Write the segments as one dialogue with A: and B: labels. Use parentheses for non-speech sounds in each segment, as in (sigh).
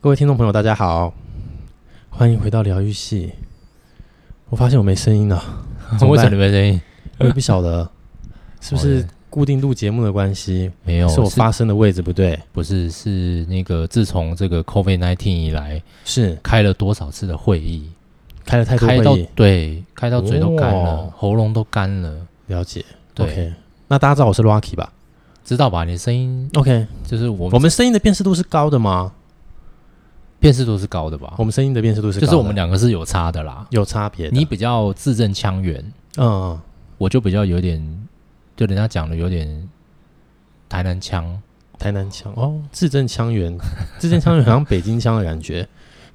A: 各位听众朋友，大家好，欢迎回到疗愈系。我发现我没声音
B: (laughs)
A: 了，怎么办
B: 为什么你没声音？
A: 我也不晓
B: (laughs)
A: 得是不
B: 好
A: 是
B: 嘞
A: 固定录节目的关系，
B: 没有，
A: 是我发声的位置不对，
B: 不是是那个自从这个 COVID 1 9以来，
A: 是
B: 开了多少次的会议，
A: 开了太多
B: 开到
A: 会议，
B: 对，开到嘴都干了，
A: 哦
B: 喉咙都干了，
A: 了解。
B: 对
A: OK，那大家知道我是 Rocky 吧
B: 知道吧？你声音
A: ？OK，
B: 就是我
A: 我
B: 们
A: 们声音的辨识度是高的吗？
B: 辨识度是高的吧
A: 我？们声音的辨识度是高
B: 哦就
A: 的
B: 是我们两个是有差的啦。
A: 有差别的。
B: 你比较字正腔圆，
A: 嗯，
B: 我就比较有点，就人家讲的有点台南腔，
A: 台南腔哦，字正腔圆，字正腔圆好像北京腔的感觉。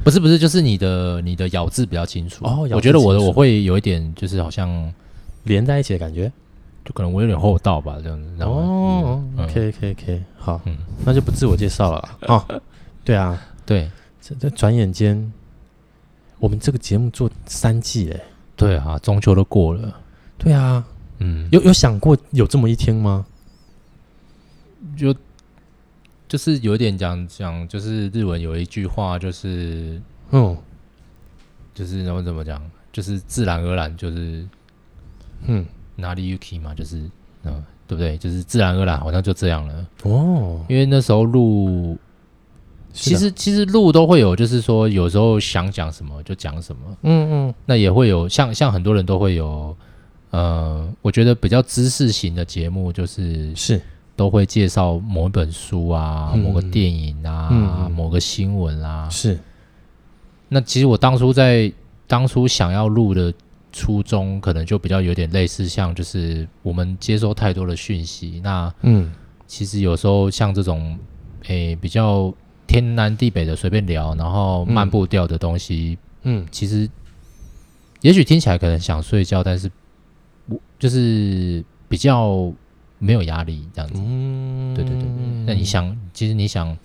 B: 不是不是，就是你的你的咬字比较清楚。
A: 哦咬字
B: 我觉得我的
A: 清楚
B: 我会有一点，就是好像
A: 连在一起的感觉
B: 就可能我有点厚道吧，这样子。然后
A: 哦
B: 嗯
A: ，OK OK OK，好，
B: 嗯
A: 那就不自我介绍了
B: (laughs)
A: 啦哦。对啊，
B: 对
A: 这这转眼间，我们这个节目做三季哎。
B: 对啊，中秋都过了，
A: 对啊，
B: 嗯，
A: 有有想过有这么一天吗？
B: 有就就是有点讲讲，就是日文有一句话，就是
A: 嗯
B: 就是然后怎么讲，就是自然而然就是
A: 嗯，
B: 哪里 Yuki 嘛，就是嗯，对不对？就是自然而然，好像就这样了。
A: 哦，
B: 因为那时候录，
A: 是
B: 其
A: 的
B: 实其实录都会有，就是说有时候想讲什么就讲什么，
A: 嗯嗯
B: 那也会有像像很多人都会有，呃，我觉得比较知识型的节目，就是
A: 是
B: 都会介绍某一本书啊、
A: 嗯
B: 某个电影啊、
A: 嗯嗯
B: 某个新闻啊。
A: 是
B: 那其实我当初在当初想要录的初衷，可能就比较有点类似，像就是我们接收太多的讯息，那
A: 嗯
B: 其实有时候像这种，诶、比较天南地北的随便聊，然后
A: 嗯
B: 慢步调的东西，
A: 嗯
B: 其实也许听起来可能想睡觉，但是我就是比较没有压力这样子。
A: 嗯，
B: 对对对对，那你想，其实你想，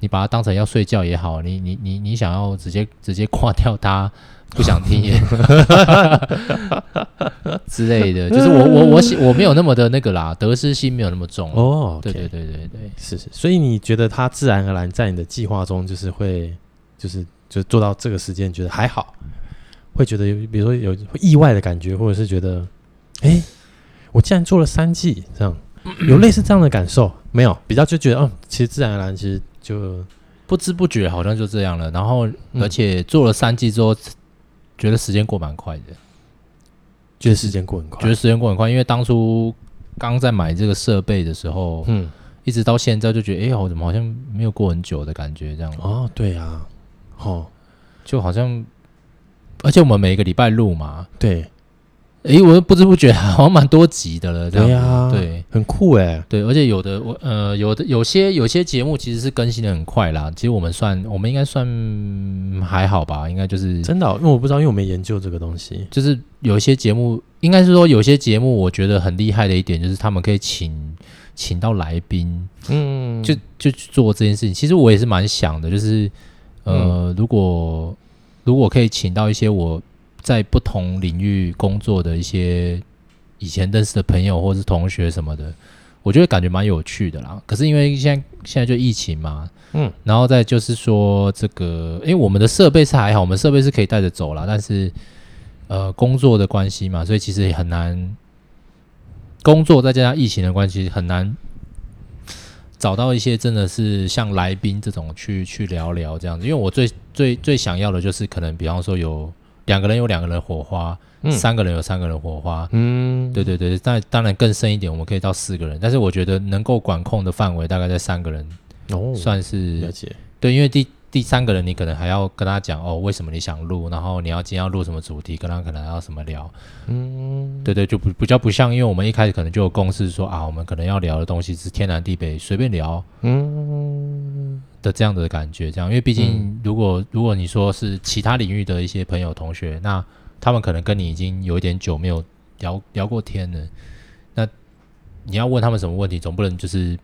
B: 你把它当成要睡觉也好，你你你你想要直接直接挂掉它，不想听 (laughs) 也之类的，就是我我我喜我没有那么的那个啦，得失心没有那么重。
A: 哦，
B: 对对
A: OK，
B: 对对对，
A: 是是，所以你觉得它自然而然在你的计划中，就是会就是就做到这个时间，觉得还好，会觉得有比如说有会意外的感觉，或者是觉得哎、诶我竟然做了三季这样。有类似这样的感受没有？比较就觉得，嗯，其实自然而然，其实就
B: 不知不觉好像就这样了。然后
A: 嗯
B: 而且做了三季之后，觉得时间过蛮快的。
A: 觉得时间过很快，
B: 觉得时间过很快，因为当初刚在买这个设备的时候，
A: 嗯，
B: 一直到现在就觉得，哎、呀，我怎么好像没有过很久的感觉？这样，
A: 哦，对啊，哦，
B: 就好像，而且我们每个礼拜录嘛，
A: 对，
B: 哎、我又不知不觉好像蛮多集的了，这样
A: 对
B: 子，
A: 啊，
B: 对。
A: 很酷哎、
B: 对，而且有的我呃，有的有些有些节目其实是更新的很快啦。其实我们算，我们应该算嗯还好吧，应该就是
A: 真的哦、因为我不知道，因为我没研究这个东西，
B: 就是有一些节目，应该是说有些节目，我觉得很厉害的一点就是他们可以请请到来宾，
A: 嗯，
B: 就就去做这件事情。其实我也是蛮想的，就是
A: 嗯
B: 呃，如果如果可以请到一些我在不同领域工作的一些以前认识的朋友或是同学什么的，我觉得感觉蛮有趣的啦。可是因为现在现在就疫情嘛，
A: 嗯，
B: 然后再就是说这个，因为我们的设备是还好，我们设备是可以带着走啦，但是呃，工作的关系嘛，所以其实也很难。工作再加上疫情的关系，很难找到一些真的是像来宾这种去去聊聊这样子，因为我最最最想要的就是可能，比方说有两个人有两个人的火花，
A: 嗯
B: 三个人有三个人的火花，
A: 嗯，
B: 对对对，但当然更深一点，我们可以到四个人，但是我觉得能够管控的范围大概在三个人，
A: 哦，
B: 算
A: 了
B: 是
A: 解，
B: 对，因为第第三个人你可能还要跟他讲哦，为什么你想录，然后你要今天要录什么主题，跟他可能要什么聊，
A: 嗯，
B: 对对，就不比较不像，因为我们一开始可能就有共识说啊，我们可能要聊的东西是天南地北，随便聊，
A: 嗯，
B: 的这样的感觉，这样，因为毕竟如果、如果你说是其他领域的一些朋友同学，那他们可能跟你已经有一点久没有聊聊过天了，那你要问他们什么问题，总不能就是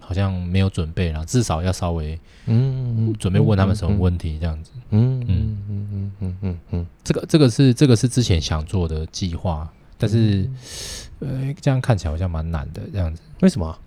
B: 好像没有准备啦，至少要稍微
A: 嗯，
B: 准备问他们什么问题这样子。
A: 嗯，嗯嗯嗯嗯嗯嗯
B: 这个这个是这个是之前想做的计划，
A: 嗯
B: 但是、呃这样看起来好像蛮难的这样子。
A: 嗯，为什么啊？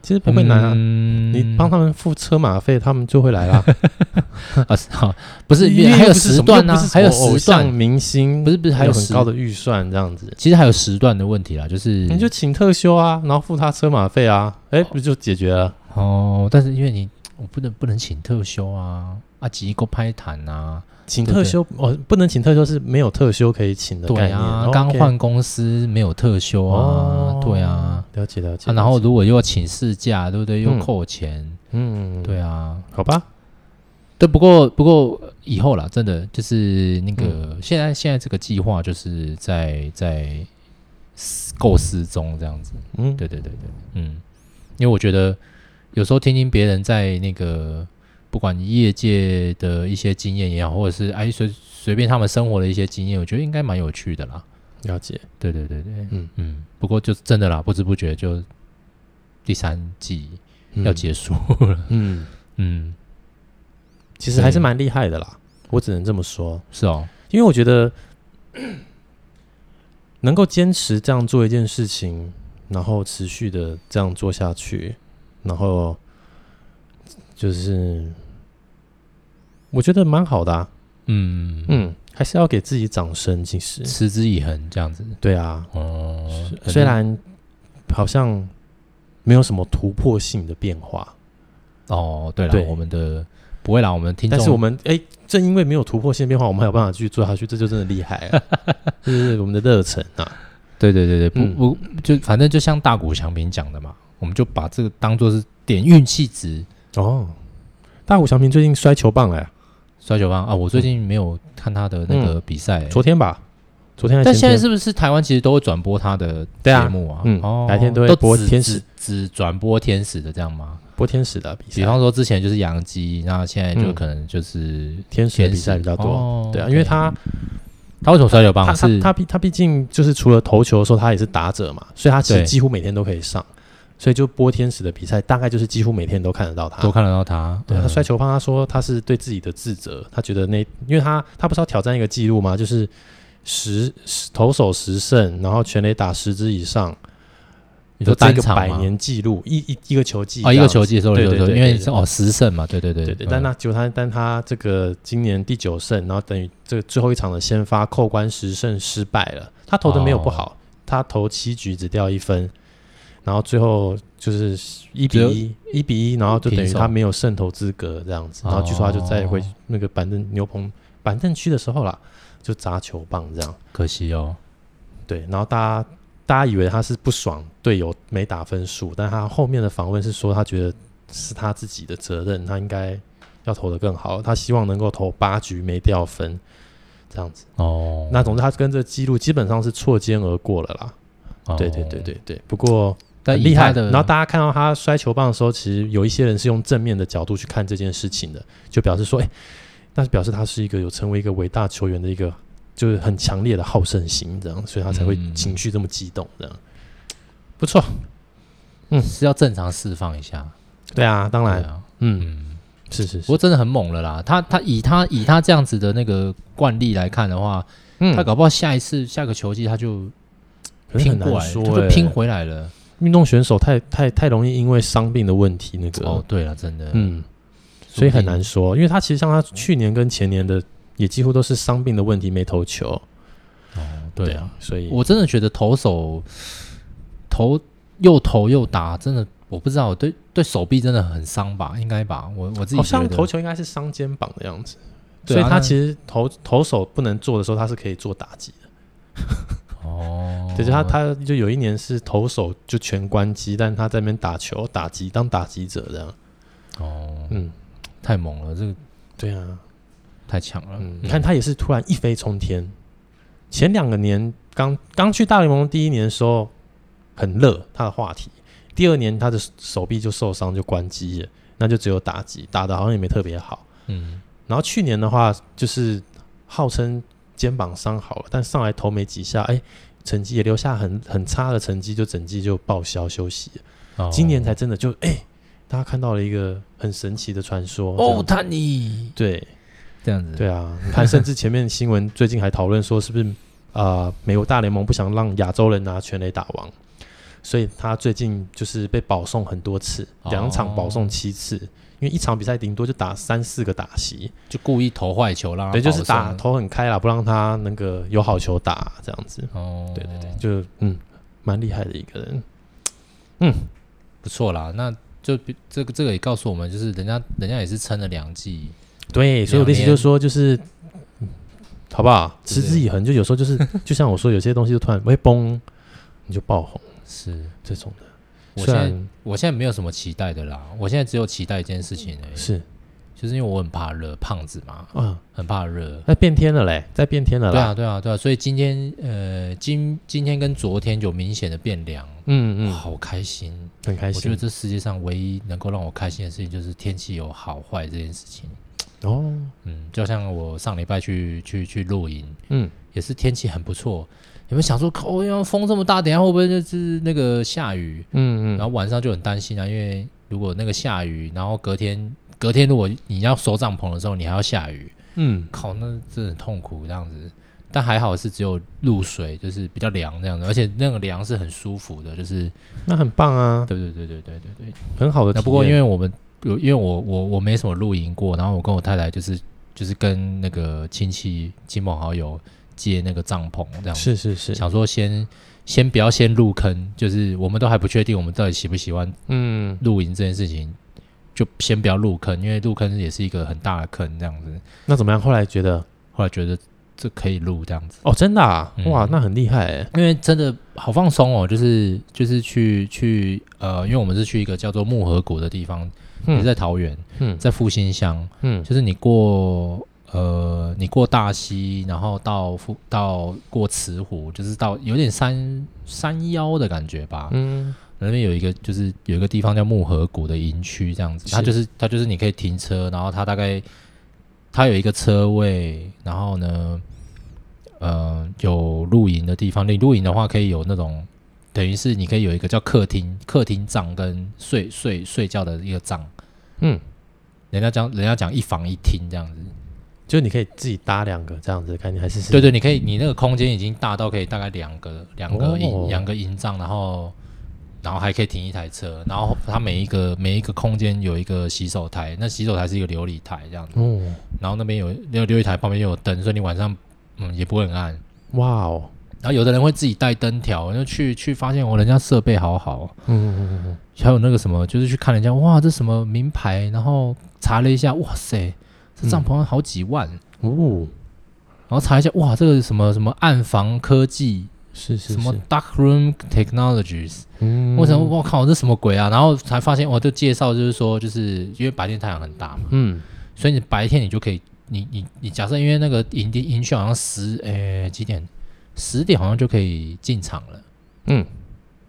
A: 其实不会难啊。
B: 嗯
A: 你帮他们付车马费，他们就会来啦。
B: (laughs) 啊，是好，不是
A: 因为
B: 还
A: 又 (laughs)
B: 有
A: 不是
B: 时
A: 什么
B: 段
A: 又
B: 呢、
A: 不是什
B: 还有
A: 么偶
B: 时
A: 像
B: 段，
A: 明星，
B: 不是不是还
A: 有
B: 有
A: 很
B: 时
A: 高的预算这样子，
B: 其实还有时段的问题啦，就是
A: 你就请特休啊，然后付他车马费啊，哎，不就解决了？
B: 哦，但是因为你我不能不能请特休啊，啊，急够拍谈啊，
A: 请
B: 对
A: 特
B: 对
A: 休哦，不能请特休是没有特休可以请的概
B: 对
A: 念。
B: 啊
A: 哦，
B: 刚
A: OK
B: 换公司没有特休啊，
A: 哦
B: 对啊，
A: 了解了解。
B: 啊，然后如果又要请事假，对不对？又
A: 嗯
B: 扣钱，
A: 嗯，
B: 对啊，
A: 好吧，
B: 对，不过不过以后啦，真的就是那个、
A: 嗯
B: 现在现在这个计划就是在在思构思中这样子。
A: 嗯，
B: 对对对对，嗯，因为我觉得有时候听听别人在那个不管业界的一些经验也好，或者是哎随随便他们生活的一些经验，我觉得应该蛮有趣的啦。
A: 了解。
B: 对对对对，
A: 嗯
B: 嗯，不过就真的啦，不知不觉就第三季
A: 嗯
B: 要结束了，
A: 嗯，
B: (laughs) 嗯，
A: 其实还是
B: 对
A: 蛮厉害的啦，我只能这么说，
B: 是哦，
A: 因为我觉得能够坚持这样做一件事情，然后持续的这样做下去，然后就是我觉得蛮好的、啊，
B: 嗯，
A: 嗯，还是要给自己掌声。其实，
B: 持之以恒这样子，
A: 对啊，
B: 哦，很
A: 虽然好像没有什么突破性的变化，
B: 哦，对了，
A: 对
B: 我们的不会啦，我们听众
A: 但是我们哎、正因为没有突破性变化，我们还有办法继续做下去，这就真的厉害了， (laughs) 这是我们的热忱啊。
B: 对对对对，不、
A: 嗯
B: 不就反正就像大谷翔平讲的嘛，我们就把这个当做是点运气值。
A: 哦，大谷翔平最近摔球棒哎、
B: 摔球棒啊，我最近没有看他的那个比赛、欸
A: 嗯昨天吧，昨天还
B: 但
A: 前
B: 现在
A: 天
B: 是不是台湾其实都会转播他的
A: 对啊
B: 节目啊？
A: 嗯
B: 哦，
A: 白天都会
B: 都
A: 播
B: 只
A: 天使，
B: 只只转播天使的这样吗？
A: 播天使的比
B: 比
A: 赛，
B: 方说之前就是洋基，那现在就
A: 啊嗯
B: 可能就是
A: 天使的
B: 天
A: 比
B: 使
A: 赛比较多。
B: 哦
A: 对啊，因为他
B: 他为什么摔球棒
A: 他他
B: 是
A: 他毕他毕竟就是除了投球的时候，他也是打者嘛，所以他其实
B: 对
A: 几乎每天都可以上，所以就播天使的比赛，大概就是几乎每天都看得到他。
B: 都看得到他，
A: 对啊
B: 嗯
A: 他摔球棒，他说他是对自己的自责，他觉得那，因为他他不是要挑战一个记录吗？就是十十投手十胜，然后全垒打十支以上，
B: 你说
A: 这
B: 单
A: 个
B: 场
A: 百
B: 吗？
A: 年记录，一一一个球季
B: 哦，一个球季的时候，
A: 对
B: 有
A: 对
B: 时候
A: 对
B: 因为
A: 对
B: 是
A: 对
B: 哦十胜嘛，对对对
A: 这样子对对，但
B: 嗯
A: 那就他但他这个今年第九胜，然后等于这个最后一场的先发扣关十胜失败了，他投的没有不
B: 哦
A: 好，他投七局只掉一分。然后最后就是一比
B: 只有
A: 一，一比一，然后就等于
B: 平手
A: 他没有渗透资格这样子。然后据说他就再回
B: 哦
A: 那个板凳牛棚板凳区的时候啦，就砸球棒这样。
B: 可惜哦，
A: 对，然后大家大家以为他是不爽队友没打分数，但他后面的访问是说他觉得是他自己的责任，他应该要投的更好，他希望能够投八局没掉分这样子。
B: 哦，
A: 那总之他跟这记录基本上是错肩而过了啦。
B: 哦
A: 对对对，对对，不过
B: 但
A: 很
B: 以
A: 厉
B: 他
A: 害
B: 的，
A: 然后大家看到他摔球棒的时候，其实有一些人是用正面的角度去看这件事情的，就表示说，哎、那表示他是一个有成为一个伟大球员的一个，就是很强烈的好胜心，这样，所以他才会
B: 嗯
A: 情绪这么激动，这样。不错，
B: 是要正常释放一下，
A: 对啊，当
B: 对
A: 然，
B: 啊，
A: 嗯，
B: 嗯，
A: 是是
B: 不
A: 是，
B: 过真的很猛了啦。他他以他以他这样子的那个惯例来看的话，
A: 嗯
B: 他搞不好下一次下个球季他就
A: 可是
B: 拼
A: 很
B: 过
A: 难
B: 来，
A: 说、
B: 他就
A: 欸
B: 拼回来了。
A: 运动选手太太太容易因为伤病的问题那个，
B: 哦，对了，真的，
A: 啊嗯，
B: 说不定，
A: 所以很难说，因为他其实像他去年跟前年的也几乎都是伤病的问题没投球，
B: 哦，对啊，，
A: 所以
B: 我真的觉得投手投又投又打，真的我不知道对对手臂真的很伤吧，应该吧，我我自己
A: 好像
B: 觉得
A: 投球应该是伤肩膀的样子，
B: 对
A: 所以
B: 啊
A: 他
B: 那
A: 其实投投手不能做的时候，他是可以做打击的。
B: 哦，
A: 对，就他他就有一年是投手就全关机，但他在那边打球打击当打击者这样。
B: 哦
A: 嗯，
B: 太猛了，这个
A: 对啊，
B: 太强了，
A: 嗯，你看他也是突然一飞冲天。前两个年刚刚去大联盟第一年的时候很热他的话题，第二年他的手臂就受伤就关机了，那就只有打击，打的好像也没特别好。
B: 嗯。
A: 然后去年的话，就是号称肩膀伤好了，但上来投没几下，哎，成绩也留下很很差的成绩，就整季就报销休息了。
B: 哦
A: 今年才真的就哎，大家看到了一个很神奇的传说这
B: 哦，
A: 样
B: 他你
A: 对
B: 这样子，
A: 对啊，你看，甚至前面新闻最近还讨论说，是不是啊、呃美国大联盟不想让亚洲人拿全垒打王，所以他最近就是被保送很多次，
B: 哦
A: 两场保送七次，因为一场比赛顶多就打三四个打席，
B: 就故意投坏球让他
A: 对，就是
B: 保送
A: 打头很开啦，不让他那个有好球打这样子，
B: 哦，
A: 对对对，就嗯，蛮厉害的一个人，嗯，
B: 不错啦。那就比这个这个也告诉我们，就是人家人家也是撑了两季，
A: 对，所以我的意思就是说，就是嗯好不好？
B: 就是
A: 持之以恒，就有时候就是就像我说，有些东西就突然会崩，你就爆红
B: 是
A: 这种的。
B: 我
A: 虽
B: 现在
A: 然
B: 我现在没有什么期待的啦，我现在只有期待一件事情而已，
A: 是
B: 就是因为我很怕热，胖子嘛，
A: 啊，
B: 很怕热。
A: 那变天了嘞，再变天了
B: 对
A: 啦。
B: 啊，对啊，对啊，所以今天呃，今今天跟昨天有明显的变凉，
A: 嗯嗯，
B: 好开心。
A: 很开
B: 啊我觉得
A: 心
B: 这世界上唯一能够让我开心的事情，就是天气有好坏这件事情。
A: 哦。
B: 嗯，就像我上礼拜去去去露营，
A: 嗯，
B: 也是天气很不错。有没有想说，哦要风这么大，等一下会不会就是那个下雨？
A: 嗯嗯，
B: 然后晚上就很担心啊，因为如果那个下雨，然后隔天隔天如果你要收帐篷的时候，你还要下雨，
A: 嗯，
B: 靠，那真的很痛苦这样子。但还好是只有露水，就是比较凉这样子，而且那个凉是很舒服的，就是
A: 那很棒啊，
B: 对对对对对对对。
A: 很好的体
B: 那
A: 验。
B: 不过因为我们有因为我我我没什么露营过，然后我跟我太太就是就是跟那个亲戚亲朋好友借那个帐篷这样子，
A: 是是是，
B: 想说先先不要先入坑，就是我们都还不确定我们到底喜不喜欢
A: 嗯，
B: 露营这件事情，就先不要入坑，因为入坑也是一个很大的坑这样子。
A: 那怎么样？后来觉得
B: 后来觉得这可以录这样子，
A: 哦，真的啊
B: 嗯，
A: 哇，那很厉害欸。
B: 因为真的好放松哦，就是就是去去呃，因为我们是去一个叫做木河谷的地方，也
A: 嗯
B: 是在桃园，
A: 嗯
B: 在复兴乡，
A: 嗯
B: 就是你过。呃，你过大溪，然后到复到过慈湖，就是到有点山山腰的感觉吧。
A: 嗯，
B: 那边有一个就是有一个地方叫木河谷的营区这样子，
A: 是
B: 它就是它就是你可以停车，然后它大概它有一个车位，然后呢，呃，有露营的地方。你露营的话，可以有那种等于是你可以有一个叫客厅客厅帐跟睡睡睡觉的一个帐，
A: 嗯，
B: 人家讲人家讲一房一厅这样子。
A: 就你可以自己搭两个这样子的概念，还是是
B: 对对，你可以你那个空间已经大到可以大概两个两个营、
A: 哦
B: 两个营帐，然后然后还可以停一台车，然后它每一个每一个空间有一个洗手台，那洗手台是一个琉璃台这样子，
A: 哦，
B: 然后那边有那个琉璃台旁边又有灯，所以你晚上嗯也不会很暗。
A: 哇哦，
B: 然后有的人会自己带灯条，就去去发现哦，人家设备好好，哦
A: 嗯嗯嗯嗯
B: 还有那个什么，就是去看人家哇这什么名牌，然后查了一下，哇塞，这帐篷好几万。
A: 嗯，哦，
B: 然后查一下，哇，这个什么什么暗房科技，
A: 是是
B: 什么
A: 是，
B: Dark Room Technologies，
A: 嗯
B: 我想说我靠，这什么鬼啊？然后才发现，我就介绍就是说，就是因为白天太阳很大嘛，
A: 嗯
B: 所以你白天你就可以，你你你假设因为那个营地营区好像十诶、几点，十点好像就可以进场了，
A: 嗯，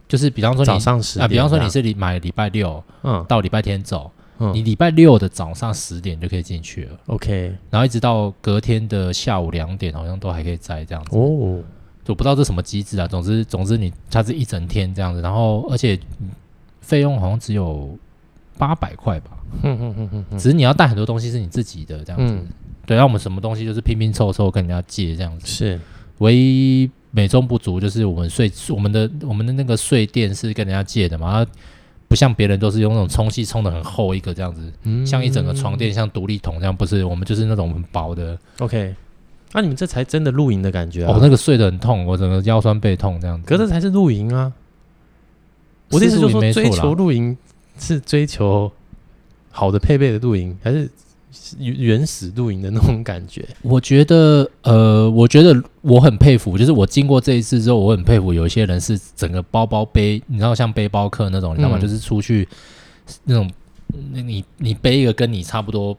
B: 就是比方说你
A: 早上十
B: 啊，
A: 点
B: 比方说你
A: 这
B: 是礼买礼拜六
A: 样嗯
B: 到礼拜天走，
A: 嗯
B: 你礼拜六的早上十点就可以进去了，
A: OK
B: 然后一直到隔天的下午两点，好像都还可以在这样子。
A: 哦，
B: 我不知道这什么机制啊。总之，总之你它是一整天这样子，然后而且嗯费用好像只有八百块吧，
A: 嗯嗯嗯嗯嗯
B: 只是你要带很多东西是你自己的这样子。
A: 嗯
B: 对，那我们什么东西就是拼拼凑凑跟人家借这样子。
A: 是
B: 唯一美中不足就是我们睡我们的我们的那个睡垫是跟人家借的嘛，它不像别人都是用那种充气充的很厚一个这样子，
A: 嗯
B: 像一整个床垫像独立桶这样，不是我们就是那种很薄的。
A: OK，那你们这才真的露营的感觉啊
B: 哦，，那个睡得很痛，我整个腰酸背痛这样子。
A: 可是这才是露营啊。我的意思就是说，
B: 是露营
A: 追
B: 没错啦
A: 求露营是追求好的配备的露营，还是原始露营的那种感觉？
B: 我觉得，呃，我觉得我很佩服，就是我经过这一次之后，我很佩服有一些人是整个包包背，你知道像背包客那种，你知道吗？
A: 嗯
B: 就是出去那种，那你你背一个跟你差不多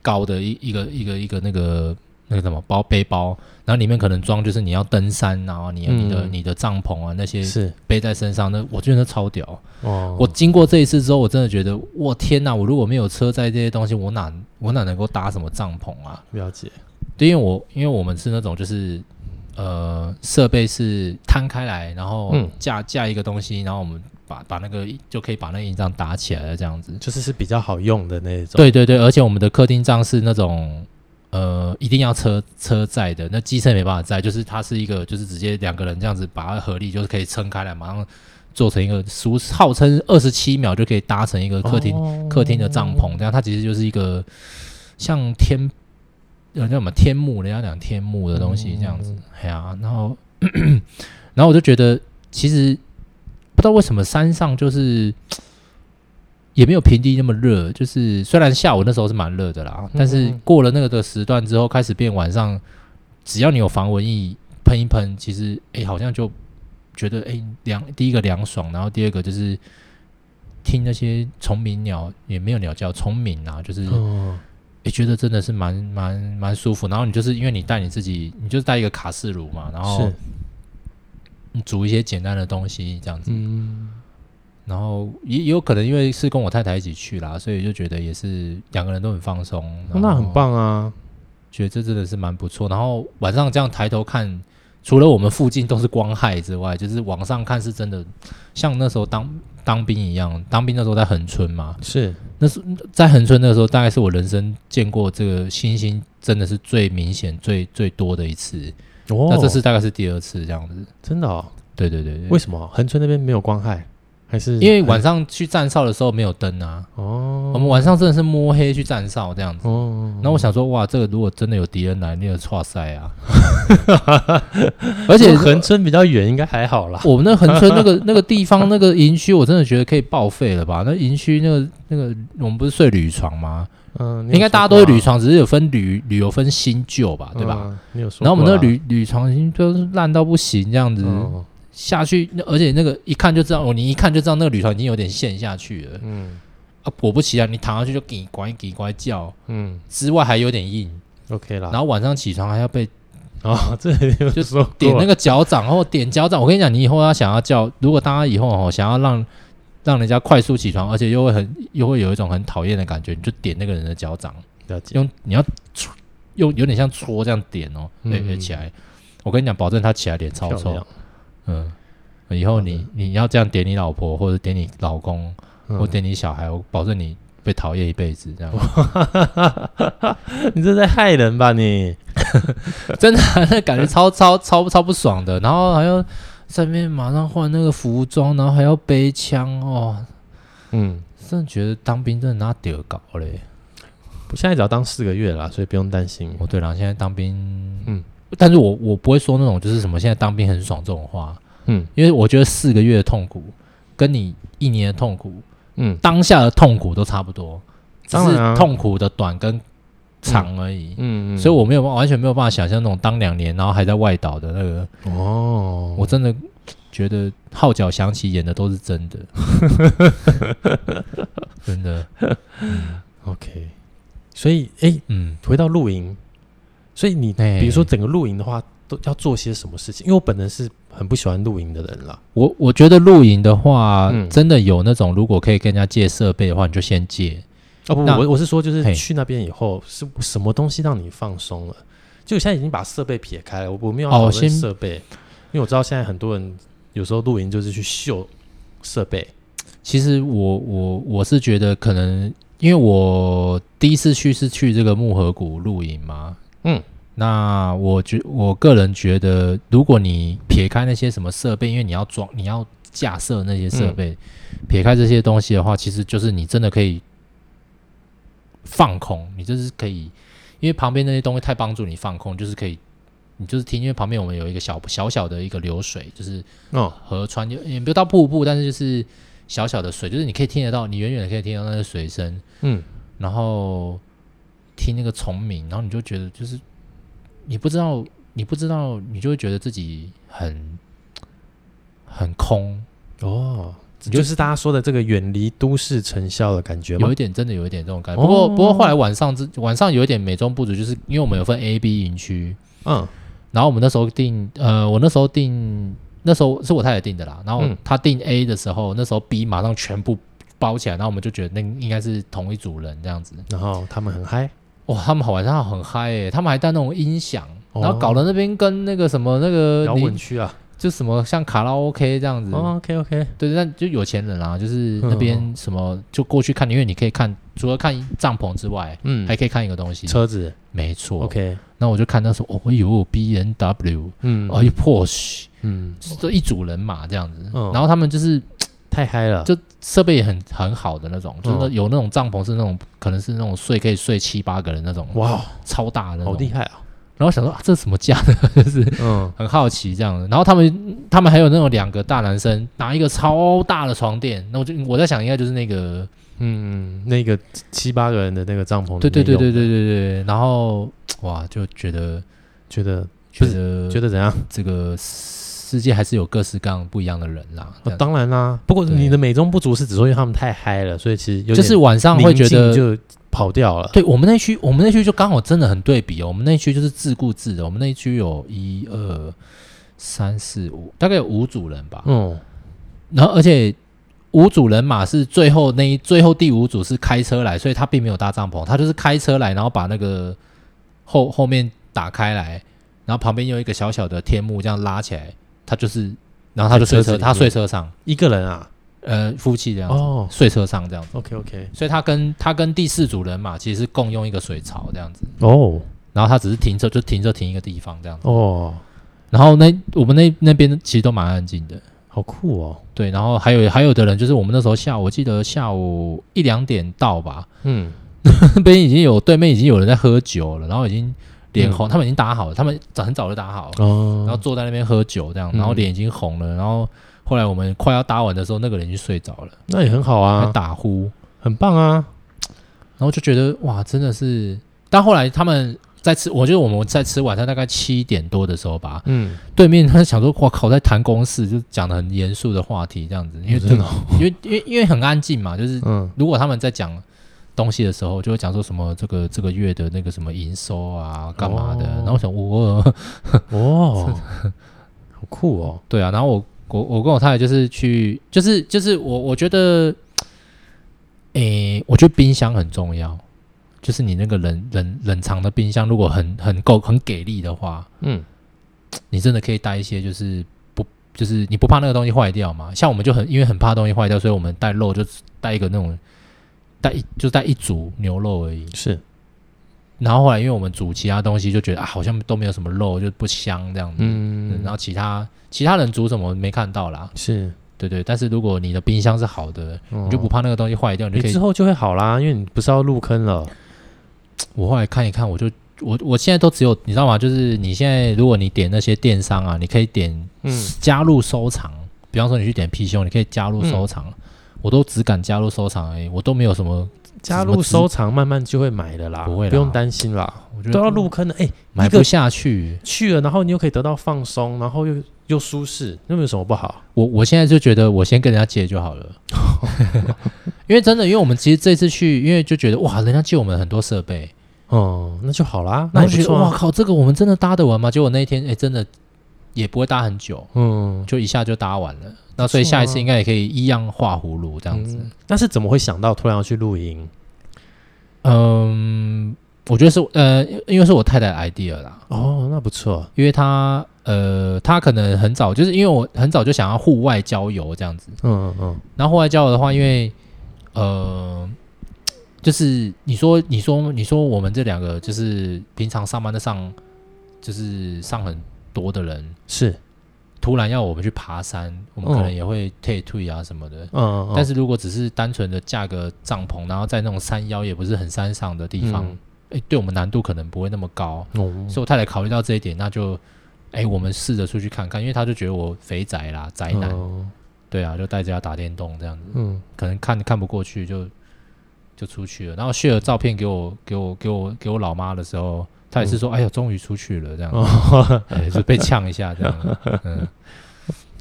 B: 高的一一个一个一个那个那个什么包背包，然后里面可能装就是你要登山，然后你有你的、
A: 嗯
B: 你的帐篷啊那些
A: 是
B: 背在身上，那我觉得那超屌。
A: 哦，
B: 我经过这一次之后，我真的觉得，我天哪！我如果没有车载这些东西，我哪我哪能够搭什么帐篷啊？
A: 了解。
B: 对，因为我因为我们是那种就是呃设备是摊开来，然后
A: 嗯
B: 架、架一个东西，然后我们把把那个就可以把那个营帐打起来了这样子。
A: 就是是比较好用的那种。，
B: 对对对，而且我们的客厅帐是那种呃一定要车车载的，那机车没办法载，就是它是一个就是直接两个人这样子把它合力就是可以撑开来，马上做成一个俗号称二十七秒就可以搭成一个客厅、
A: 哦
B: 客厅的帐篷，这样它其实就是一个像天呃叫什么天幕，人家讲天幕的东西
A: 嗯
B: 这样子。哎呀、然后 (coughs) 然后我就觉得其实不知道为什么山上就是。也没有平地那么热，就是虽然下午那时候是蛮热的啦，但是
A: 嗯
B: 过了那个的时段之后，开始变晚上，只要你有防蚊液喷一喷，其实哎、好像就觉得哎、凉，第一个凉爽，然后第二个就是听那些虫鸣鸟也没有鸟叫，虫鸣啊，就是哎、
A: 哦，
B: 觉得真的是蛮蛮蛮舒服。然后你就是因为你带你自己，你就是带一个卡式炉嘛，然后
A: 是，
B: 你煮一些简单的东西这样子，
A: 嗯，
B: 然后也也有可能因为是跟我太太一起去啦，所以就觉得也是两个人都很放松，
A: 哦那很，棒啊，
B: 觉得这真的是蛮不错。然后晚上这样抬头看，除了我们附近都是光害之外，就是往上看是真的像那时候当当兵一样，当兵那时候在恒春嘛，
A: 是
B: 那是在恒春那个时候，大概是我人生见过这个星星真的是最明显、最最多的一次。
A: 哦，
B: 那这次大概是第二次这样子。
A: 真的哦，
B: 对对对
A: 为
B: 对，
A: 什么恒春那边没有光害？还是
B: 因为晚上去站哨的时候没有灯啊，
A: 嗯哦，
B: 我们晚上真的是摸黑去站哨这样子。
A: 哦，
B: 那我想说，哇，这个如果真的有敌人来，那个哇
A: (laughs)
B: 塞啊！而且
A: 恒春比较远，应该还好啦。
B: 我们那恒春那个 (laughs) 那个地方那个营区，我真的觉得可以报废了吧？那营区那个那个，我们不是睡旅床吗？
A: 嗯，你有
B: 应该大家都
A: 说
B: 是
A: 过啊
B: 旅，床，只是有分旅旅游分新旧吧，对吧？
A: 嗯？你有说过
B: 然
A: 啦，
B: 后我们那铝铝床已经就是烂到不行这样子，
A: 嗯
B: 下去，那而且那个一看就知道，哦，你一看就知道那个铝床已经有点陷下去了。
A: 嗯
B: 啊，果不其然，你躺下去就叽呱叽呱叫，
A: 嗯
B: 之外还有点硬，
A: ，OK 啦。
B: 然后晚上起床还要被
A: (laughs) 哦，这有
B: 就
A: 说
B: 点
A: 过
B: 那个脚掌，然后点脚掌。我跟你讲，你以后要想要叫，如果大家以后哦想要让让人家快速起床，而且又会很又会有一种很讨厌的感觉，你就点那个人的脚掌。
A: 了解，
B: 用你要戳，用有点像戳这样点哦，
A: 嗯
B: 对、对起来。我跟你讲，保证他起来脸超
A: 漂
B: 臭
A: 亮。。
B: 嗯，以后
A: 好
B: 你你要这样点你老婆，或者点你老公，
A: 嗯
B: 或点你小孩，我保证你被讨厌一辈子。这样 (laughs)
A: 你这在害人吧你？
B: 真的啊、那感觉超超超超不爽的。然后还要在那边马上换那个服装，然后还要背枪哦，
A: 嗯，
B: 真的觉得当兵真的拿屌搞嘞。
A: 我现在只要当四个月啦，所以不用担心。
B: 哦，对了，现在当兵，
A: 嗯
B: 嗯，但是我我不会说那种就是什么现在当兵很爽这种话。
A: 嗯
B: 因为我觉得四个月的痛苦跟你一年的痛苦，
A: 嗯
B: 当下的痛苦都差不多，只
A: 当
B: 是
A: 然啊
B: 痛苦的短跟长而已。
A: 嗯，
B: 所以我没有办完全没有办法想象那种当两年然后还在外岛的那个，
A: 我哦，
B: 我真的觉得号角响起演的都是真
A: (laughs)
B: 的，真的，
A: OK。所以哎，
B: 嗯，
A: 回到露营，所以你
B: 哎
A: 比如说整个露营的话，都要做些什么事情？因为我本人是很不喜欢露营的人啦。
B: 我我觉得露营的话，
A: 嗯
B: 真的有那种如果可以跟人家借设备的话，你就先借。
A: 哦不，
B: 那
A: 我我是说，就是
B: 嘿
A: 去那边以后是什么东西让你放松了？就我现在已经把设备撇开了，我我没有要
B: 哦
A: 讨论
B: 先
A: 设备，因为我知道现在很多人有时候露营就是去秀设备，
B: 其实我我我是觉得可能，因为我第一次去是去这个木河谷露营嘛，
A: 嗯，
B: 那我觉我个人觉得，如果你撇开那些什么设备，因为你要装你要架设那些设备，撇开这些东西的话，其实就是你真的可以放空，你就是可以，因为旁边那些东西太帮助你放空，就是可以。你就是听，因为旁边我们有一个小小小的一个流水，就是
A: 哦，
B: 河川，就也不到瀑布，但是就是小小的水，就是你可以听得到，你远远的可以听得到那个水声，
A: 嗯，
B: 然后听那个虫鸣，然后你就觉得就是你不知道，你不知道，你就会觉得自己很很空，
A: 哦，
B: 你就
A: 就是大家说的这个远离都市尘嚣的感觉吗
B: 有一？点真的有一点这种感觉。不过、
A: 哦
B: 不过后来晚上之晚上有一点美中不足，就是因为我们有分 A、B 营区，
A: 嗯，
B: 然后我们那时候定，呃，我那时候定，那时候是我太太定的啦。然后
A: 嗯
B: 她定 A 的时候，那时候 B 马上全部包起来，然后我们就觉得那应该是同一组人这样子。
A: 然后他们很嗨，
B: 哇，他们好晚上很嗨诶、他们还带那种音响，
A: 哦
B: 然后搞得那边跟那个什么那个
A: 摇
B: 你
A: 滚区啊，
B: 就什么像卡拉 OK 这样子，
A: 哦，OK 嗯 OK，
B: 对，但就有钱人啊，就是那边什么就过去看，因为你可以看，除了看帐篷之外，
A: 嗯，
B: 还可以看一个东西，
A: 车子
B: 没错。
A: ，OK，
B: 那我就看到说，哦呦，B N W，
A: 嗯，
B: 哎，Porsche，
A: 嗯，
B: 这一组人马这样子，
A: 嗯
B: 然后他们就是
A: 太嗨了，
B: 就设备也很很好的那种，就是那
A: 嗯
B: 有那种帐篷是那种可能是那种睡可以睡七八个人那种，
A: 哇哦，
B: 超大的那
A: 好
B: 种
A: 厉。害啊，
B: 然后想说啊，这什么价呢？ (laughs) 就是
A: 嗯，
B: 很好奇这样的。然后他们他们还有那种两个大男生拿一个超大的床垫，那我就我在想应该就是那个
A: 嗯， (laughs) 那个七八个人哦的那个帐篷，
B: 对对对对，对对对。然后哇，就觉得
A: 觉得
B: 觉
A: 不
B: 得
A: 觉得怎样？
B: 这个世界还是有各式各样不一样的人啦。
A: 哦
B: 这样
A: 当然啦，不过
B: 对
A: 你的美中不足是只说因为他们太嗨了，所以其实有点
B: 就是晚上会觉
A: 宁
B: 得，
A: 静就跑掉了。
B: 对我们那区，我们那区就刚好真的很对比哦。我们那区就是自顾自的，我们那区有一二三四五，大概有五组人吧。
A: 嗯，
B: 然后而且五组人马是最后那一最后第五组是开车来，所以他并没有搭帐篷，他就是开车来，然后把那个后后面打开来，然后旁边有一个小小的天幕这样拉起来，他就是然后他就睡
A: 在车
B: 车，
A: 子里面
B: 他睡车上，
A: 一个人啊，
B: 呃，夫妻这样子、
A: 哦
B: 睡车上这样子，
A: ，OK OK，
B: 所以他跟他跟第四组人马其实是共用一个水槽这样子。
A: 哦
B: 然后他只是停车，就停车停一个地方这样子。
A: 哦，
B: 然后那我们那那边其实都蛮安静的，
A: 好酷哦，
B: 对，然后还有还有的人，就是我们那时候下午，我记得下午一两点到吧， (laughs)
A: 嗯，
B: 那边已经有对面已经有人在喝酒了，然后已经脸
A: 嗯
B: 红，他们已经打好了，他们早很早就打好了，
A: 哦，
B: 然后坐在那边喝酒这样，
A: 嗯
B: 然后脸已经红了，然后后来我们快要打完的时候，那个人就睡着了，
A: 那也很好
B: 还
A: 啊，
B: 打呼，
A: 很棒啊，
B: 然后就觉得哇，真的是，但后来他们。在吃，我觉得我们在吃晚餐，大概七点多的时候吧。
A: 嗯，
B: 对面他想说，哇靠，在谈公事，就讲的很严肃的话题这样子，因为
A: 真的哦，
B: 因为因为因为很安静嘛，就是
A: (laughs) 嗯，
B: 如果他们在讲东西的时候，就会讲说什么这个这个月的那个什么营收啊，干嘛的。
A: 哦
B: 然后我想我， (laughs)
A: 哦，好酷哦，
B: 对啊，然后我我我跟我太太就是去，就是就是我我觉得，诶、我觉得冰箱很重要，就是你那个冷冷冷藏的冰箱，如果很很够很给力的话，
A: 嗯，
B: 你真的可以带一些就是。不就是你不怕那个东西坏掉嘛？像我们就很因为很怕东西坏掉，所以我们带肉就带一个那种带一就带一组牛肉而已。
A: 是，
B: 然后后来因为我们煮其他东西，就觉得啊，好像都没有什么肉，就不香这样子。嗯
A: 嗯，
B: 然后其他其他人煮什么没看到啦，
A: 是，
B: 对对。但是如果你的冰箱是好的，
A: 你
B: 你就不怕那个东西坏掉，你
A: 你哦
B: 就可
A: 之
B: 以。
A: 后就会好啦，因为你不是要入坑了，
B: 我后来看一看，我就我我现在都只有你知道吗？就是你现在如果你点那些电商啊，你可以点
A: 嗯，
B: 加入收藏，比方说你去点貔貅，你可以加入收藏。我都只敢加入收藏而已，我都没有什么，
A: 加入收藏慢慢就会买的啦，
B: 不会啦嗯
A: 用担心啦，
B: 我觉
A: 都要
B: 得
A: 入坑的，哎，
B: 买
A: 一个
B: 不下去。
A: 去了，然后你又可以得到放松，然后又又舒适，那有什么不好？
B: 我我现在就觉得我先跟人家借就
A: (laughs)
B: 好了，因为真的，因为我们其实这次去，因为就觉得哇，人家借我们很多设备，
A: 哦，那就好啦，
B: 然
A: 那
B: 后
A: 也不
B: 就觉得
A: 错
B: 哇
A: 啊，
B: 靠，这个我们真的搭得完吗？结果那一天哎、真的也不会搭很久，
A: 嗯，
B: 就一下就搭完了。那所以下一次应该也可以一样画葫芦这样子。
A: 嗯但是怎么会想到突然要去露营？
B: 嗯，我觉得是呃，因为是我太太的 idea 啦，
A: 哦，那不错，
B: 因为她呃，她可能很早就是因为我很早就想要户外郊游这样子。
A: 嗯嗯
B: 然后户外交流的话，因为呃，就是你说你说你说我们这两个就是平常上班的上就是上很多的人，
A: 嗯，是，
B: 突然要我们去爬山，我们
A: 嗯
B: 可能也会退退啊什么的。
A: 嗯，
B: 但
A: 是
B: 是如果只是单纯的架个帐篷，然后在那种山腰也不是很山上的地方，哎、对我们难度可能不会那么高。
A: 哦，
B: 所以我太太考虑到这一点，那就。哎、我们试着出去看看，因为他就觉得我肥宅啦、宅男，
A: 嗯
B: 对啊，就带着他打电动这样子。
A: 嗯，
B: 可能看看不过去就就出去了。然后 share 照片给我给我给我给我老妈的时候，她也是说：“哎呀，终于出去了。”这样，
A: 嗯哦，
B: 哎就被呛一下这样。嗯，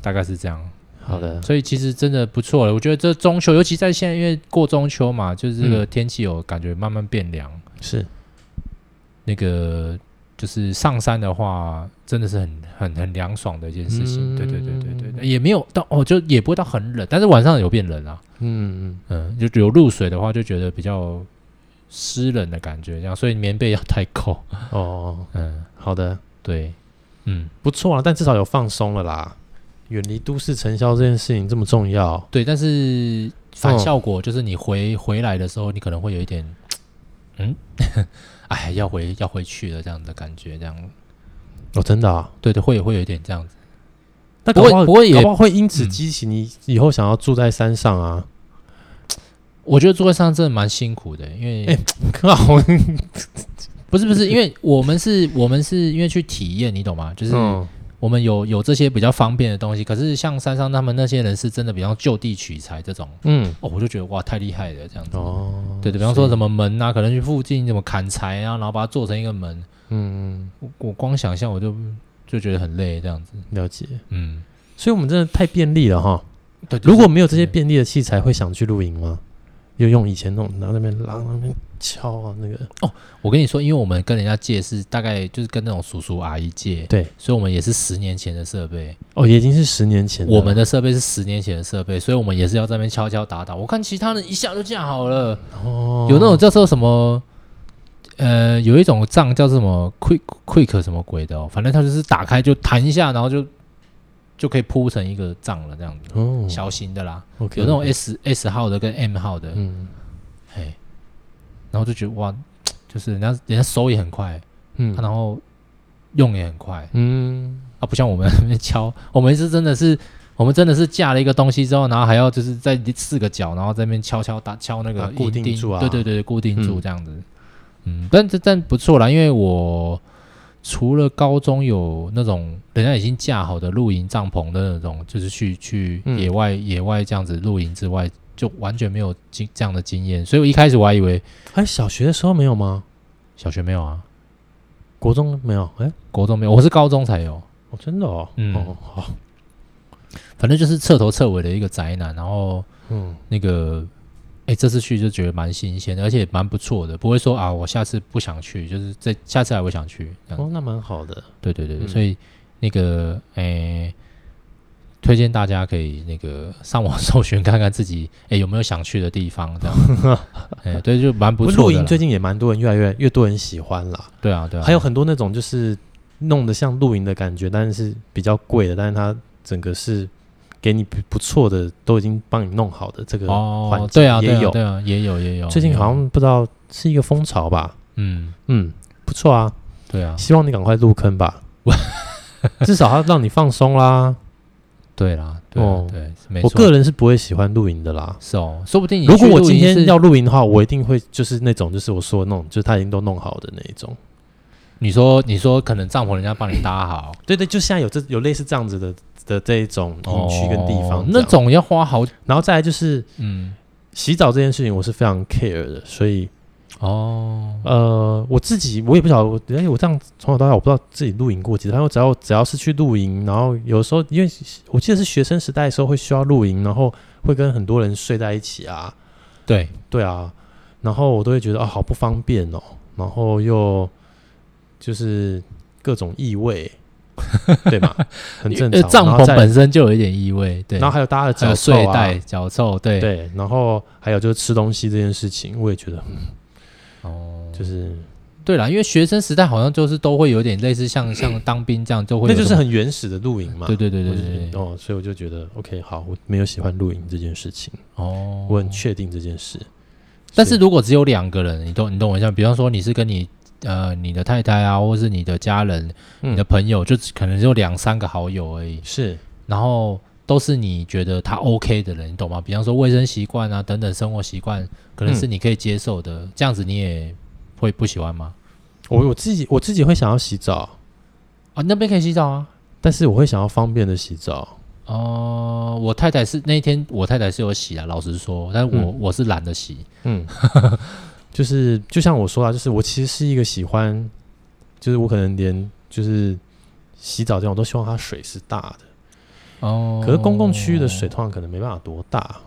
B: 大概是这样。
A: 好的
B: 嗯，所以其实真的不错了。我觉得这中秋，尤其在现在，因为过中秋嘛，就是这个
A: 嗯
B: 天气有感觉慢慢变凉。
A: 是，
B: 那个就是上山的话，真的是很很很凉爽的一件事情。
A: 嗯
B: 对对对对对，也没有到哦，就也不会到很冷，但是晚上有变冷啊。
A: 嗯嗯，
B: 嗯，就有露水的话，就觉得比较湿冷的感觉，这样，所以棉被要太厚。 (laughs)
A: 哦，
B: 嗯，
A: 好的，
B: 对，嗯，
A: 不错啊，但至少有放松了啦。远离都市尘嚣这件事情这么重要，
B: 对，但是反
A: 哦
B: 效果就是你回回来的时候，你可能会有一点，嗯， (laughs) 哎，要回要回去了这样的感觉，这样，
A: 哦，真的啊。
B: 对对，会会有一点这样子。
A: 那
B: 不
A: 搞
B: 会
A: 好
B: 不会也
A: 搞不好会因此
B: 嗯
A: 激起你以后想要住在山上啊。 (laughs)
B: 我觉得坐在上真的蛮辛苦的，因为、
A: 哎靠，
B: 嗯不是不是，因为我们是我们是因为去体验，你懂吗？就是
A: 嗯，
B: 我们有有这些比较方便的东西，可是像山上他们那些人是真的比较就地取材这种，
A: 嗯，
B: 哦，我就觉得哇太厉害了这样子。
A: 哦，
B: 对对，比方说
A: 么，
B: 什么门啊，可能去附近怎么砍柴啊，然后把它做成一个门，
A: 嗯，
B: 我我光想象我就就觉得很累这样子。
A: 了解。
B: 嗯，
A: 所以我们真的太便利了哈。
B: 对
A: 如果没有这些便利的器材，会想去露营吗？就用以前那种拿那边拉那边敲啊那个，
B: 我跟你说，因为我们跟人家借是大概就是跟那种叔叔阿姨借，
A: 对，
B: 所以我们也是十年前的设备，
A: 哦，也已经是十年前了
B: 我们的设备是十年前的设备，所以我们也是要在那边敲敲打打。我看其他人一下就架好了，
A: 哦，
B: 有那种叫做什么，呃，有一种杖叫什么 quick quick 什么鬼的哦，反正它就是打开就弹一下，然后就就可以铺成一个杖了这样子，
A: 哦
B: 小型的啦，
A: ，OK，
B: 有那种 S S 号的跟 M 号的，
A: 嗯
B: 嘿，然后就觉得哇，就是人家人家收也很快，啊
A: 嗯
B: 然后用也很快，
A: 嗯，
B: 啊，不像我们 (laughs) 那边敲，我们是真的是。我们真的是架了一个东西之后，然后还要就是在四个角，然后在那边敲敲打敲那个
A: 把它固定
B: 钉
A: 住啊
B: 对对对，固定住
A: 嗯
B: 这样子。嗯，但这但不错啦，因为我除了高中有那种人家已经架好的露营帐篷的那种，就是去去
A: 嗯
B: 野外、野外这样子露营之外，就完全没有经这样的经验，所以我一开始我还以为
A: 哎，小学的时候没有吗？
B: 小学没有啊，
A: 国中没有？哎，
B: 国中没有，我是高中才有。
A: 哦，真的哦，
B: 嗯
A: 哦，好，
B: 反正就是彻头彻尾的一个宅男，然后
A: 嗯，
B: 那个，哎、这次去就觉得蛮新鲜的，而且蛮不错的，不会说啊，我下次不想去，就是这下次还会想去。这样
A: 哦，那蛮好的，
B: 对对对对，
A: 嗯
B: 所以那个，哎、推荐大家可以那个 (laughs) 上网搜寻看看自己，哎、有没有想去的地方，这样。
A: (laughs)
B: 哎、对，就蛮不
A: 过
B: 错
A: 露
B: 的
A: 营
B: 啦。
A: 最近也蛮多人，越来越越多人喜欢啦。
B: 对啊，对啊，
A: 还有很多那种就是弄得像露营的感觉，但是是比较贵的，但是它整个是给你不不错的，都已经帮你弄好的这个。环
B: 哦，
A: 境
B: 对啊，对
A: 也
B: 啊，
A: 有
B: 对啊，也有也有。
A: 最近
B: 也有
A: 好，像不知道是一个风潮吧？
B: 嗯，
A: 嗯，不错啊，
B: 对啊，
A: 希望你赶快入坑
B: (laughs)
A: 吧。至少它让你放松啦。
B: 对啦，对啊
A: 哦
B: 对，没
A: 我
B: 错。
A: 个人是不会喜欢露营的啦。
B: 是哦，说不定你
A: 如果
B: 去
A: 我
B: 露
A: 今
B: 营
A: 天
B: 是
A: 要露营的话，我一定会就是那种，就是我说的那种，就是他已经都弄好的那一种。
B: 你说，你说可能帐篷人家帮你搭好
A: 对对，就现在有这有类似这样子的的这一种营区跟地
B: 哦
A: 方、
B: 那，种要花好，
A: 然后再来就是
B: 嗯，
A: 洗澡这件事情我是非常 care 的，所以
B: 哦，
A: 呃，我自己我也不晓得，我而且我这样从小到大我不知道自己露营过几次，然后只要只要是去露营，然后有时候因为我记得是学生时代的时候会需要露营，然后会跟很多人睡在一起啊，
B: 对，
A: 对啊，然后我都会觉得啊好不方便哦，然后又就是各种异
B: (laughs)
A: 味，对吧？很正
B: 呃
A: 常。
B: 帐
A: 然后
B: 篷
A: 再
B: 本身就有一点异味，对，
A: 然后还有大家的
B: 还
A: 脚
B: 有睡
A: 臭啊
B: 袋、脚臭，对，
A: 对，然后还有就是吃东西这件事情，我也觉得
B: 哦，
A: 就是
B: 对啦，因为学生时代好像就是都会有点类似
A: (coughs)
B: 像像当兵这样，就会
A: 那
B: 有
A: 就是
B: 什么
A: 很原始的露营嘛。
B: 对对对对
A: 我就
B: 对对，
A: 哦，所以我就觉得 OK，好，我没有喜欢露营这件事情，
B: 哦，
A: 我很确定这件事。
B: 但是如果只有两个人，你懂你懂我意思吗？比方说你是跟你呃你的太太啊，或是你的家人、
A: 嗯
B: 你的朋友，就只可能就两三个好友而已，
A: 是
B: 然后都是你觉得他 OK 的人，你懂吗？比方说卫生习惯啊等等生活习惯，可能是你可以接受的，这样子你也会不喜欢吗？
A: 我我自己我自己会想要洗澡，
B: 啊，那边可以洗澡啊。
A: 但是我会想要方便的洗澡。
B: 哦、我太太是那一天我太太是有洗啊，老实说，但是我、
A: 嗯
B: 我是懒得洗。
A: 嗯， (laughs) 就是就像我说啦，就是我其实是一个喜欢，就是我可能连就是洗澡这种我都希望它水是大的，
B: 哦
A: 可是公共区域的水通常可能没办法多大。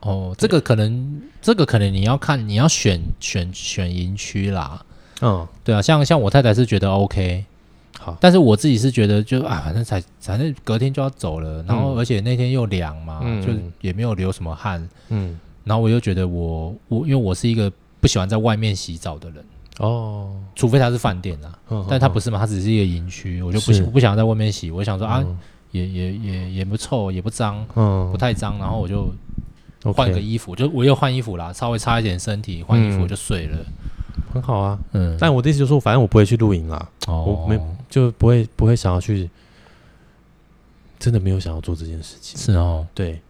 B: 哦，这个可能这个可能你要看你要选选选营区啦。
A: 嗯，
B: 对啊，像像我太太是觉得 OK，
A: 好，
B: 但是我自己是觉得就啊，反正才反正隔天就要走了，然后
A: 嗯
B: 而且那天又凉嘛，
A: 嗯
B: 就也没有流什么汗，
A: 嗯，
B: 然后我又觉得我我因为我是一个不喜欢在外面洗澡的人，
A: 哦，
B: 除非他是饭店啦，
A: 嗯
B: 但他不
A: 是，
B: 是嘛，他只是一个营区，我就不喜
A: 是
B: 我不想在外面洗，我想说啊，
A: 嗯
B: 也也也也不臭，也不脏，
A: 嗯，
B: 不太脏。然后我就
A: OK
B: 换个衣服，就我又换衣服啦，稍微擦一点身体，换衣服
A: 嗯
B: 就睡了。
A: 很好啊。
B: 嗯，
A: 但我的意思就是说，反正我不会去露营啦，
B: 哦，
A: 我没就不会不会想要去，真的没有想要做这件事情。
B: 是哦。
A: 对，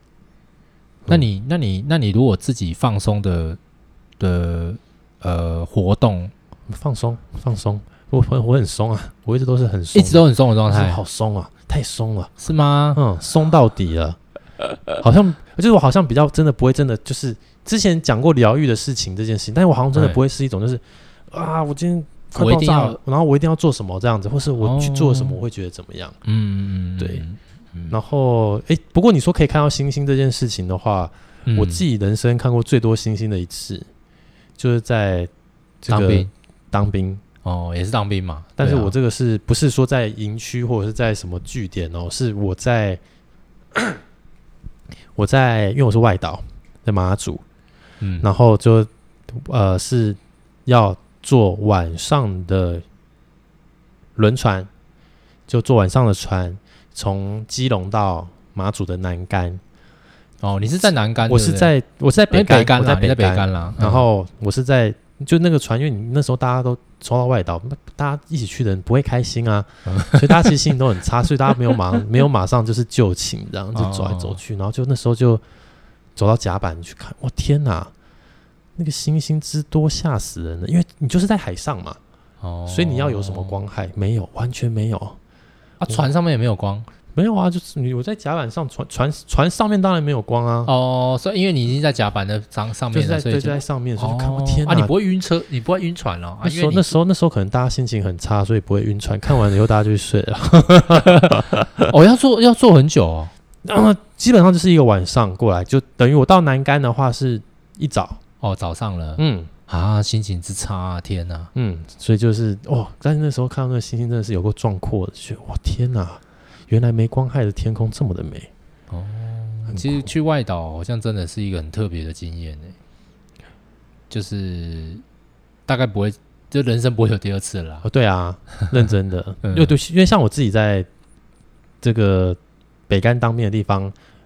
B: 那你那你那你如果自己放松的的呃活动，
A: 放松放松，我我我很松啊，我一直都是很松
B: 一
A: 的，
B: 直都很松的
A: 我
B: 状
A: 说
B: 态，
A: 好松啊，太松了，
B: 是吗？
A: 嗯，松到底了。好像就是我好像比较真的不会真的就是之前讲过疗愈的事情这件事情，但是我好像真的
B: 对
A: 不会是一种就是啊，我今天快
B: 我一
A: 爆
B: 定
A: 炸
B: 要
A: 了，然后我一定要做什么这样子，或是我去做什么
B: 哦
A: 我会觉得怎么样。
B: 嗯，嗯嗯
A: 对
B: 嗯
A: 然后诶，不过你说可以看到星星这件事情的话，
B: 嗯
A: 我自己人生看过最多星星的一次，就是在这
B: 当
A: 个
B: 兵
A: 当兵
B: 哦，也是当兵嘛，
A: 但是
B: 对啊
A: 我这个是不是说在营区或者是在什么据点哦？是我在 (coughs) 我在，因为我是外岛，在马祖，
B: 嗯
A: 然后就呃是要坐晚上的轮船，就坐晚上的船，从基隆到马祖的南干。
B: 哦，你是在南竿，
A: 我是
B: 对不对
A: 在我是在
B: 哎
A: 北干，
B: 干
A: 我
B: 啦，你
A: 北
B: 在北
A: 干，
B: 干啦，嗯
A: 然后我是在就那个船，因为你那时候大家都抽到外岛，那大家一起去的人不会开心啊，
B: 嗯
A: 所以大家其实心情都很差，所以大家没有马没有马上就是就寝，然后就走来走
B: 哦
A: 去，然后就那时候就走到甲板去看，哇天哪！那个星星之多吓死人了，因为你就是在海上嘛，
B: 哦，
A: 所以你要有什么光害？没有，完全没有，
B: 啊？船上面也没有光
A: 没有啊！就是你我在甲板上船船船上面当然没有光啊，
B: 哦，所以因为你已经在甲板的上上
A: 就是
B: 面
A: 在
B: 了，所
A: 对
B: 以
A: 就在上面，所以就看
B: 哦
A: 我天哪！
B: 啊，你不会晕车，你不会晕船哦，啊
A: 那
B: 因
A: 时
B: 为
A: 候
B: 你
A: 那时候那时候可能大家心情很差，所以不会晕船。看完了以后大家就去睡
B: (laughs)
A: 了。
B: 哦要坐要坐很久哦，
A: 然后基本上就是一个晚上过来，就等于我到南干的话是一早，
B: 哦早上了
A: 嗯
B: 啊，心情之差啊，天哪！
A: 嗯，所以就是哦，但是那时候看到那个星星真的是有够壮阔的，觉得哇天哪，原来没光害的天空这么的美。
B: 哦
A: 很酷，
B: 其实去外岛好像真的是一个很特别的经验呢，欸就是大概不会，就人生不会有第二次了啦。
A: 哦，对啊，认真的，
B: (laughs) 嗯
A: 又对，因为像我自己在这个北干当兵的地方，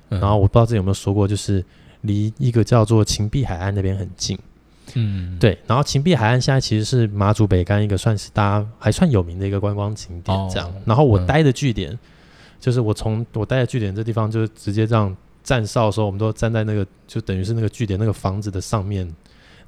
B: 嗯
A: 然后我不知道自己有没有说过，就是离一个叫做秦壁海岸那边很近。
B: 嗯，
A: 对，然后秦壁海岸现在其实是马祖北干一个算是大家还算有名的一个观光景点，这样。
B: 哦
A: 然后我
B: 嗯
A: 待的据点，就是我从我待的据点这地方，就是直接这样站哨的时候，我们都站在那个就等于是那个据点那个房子的上面，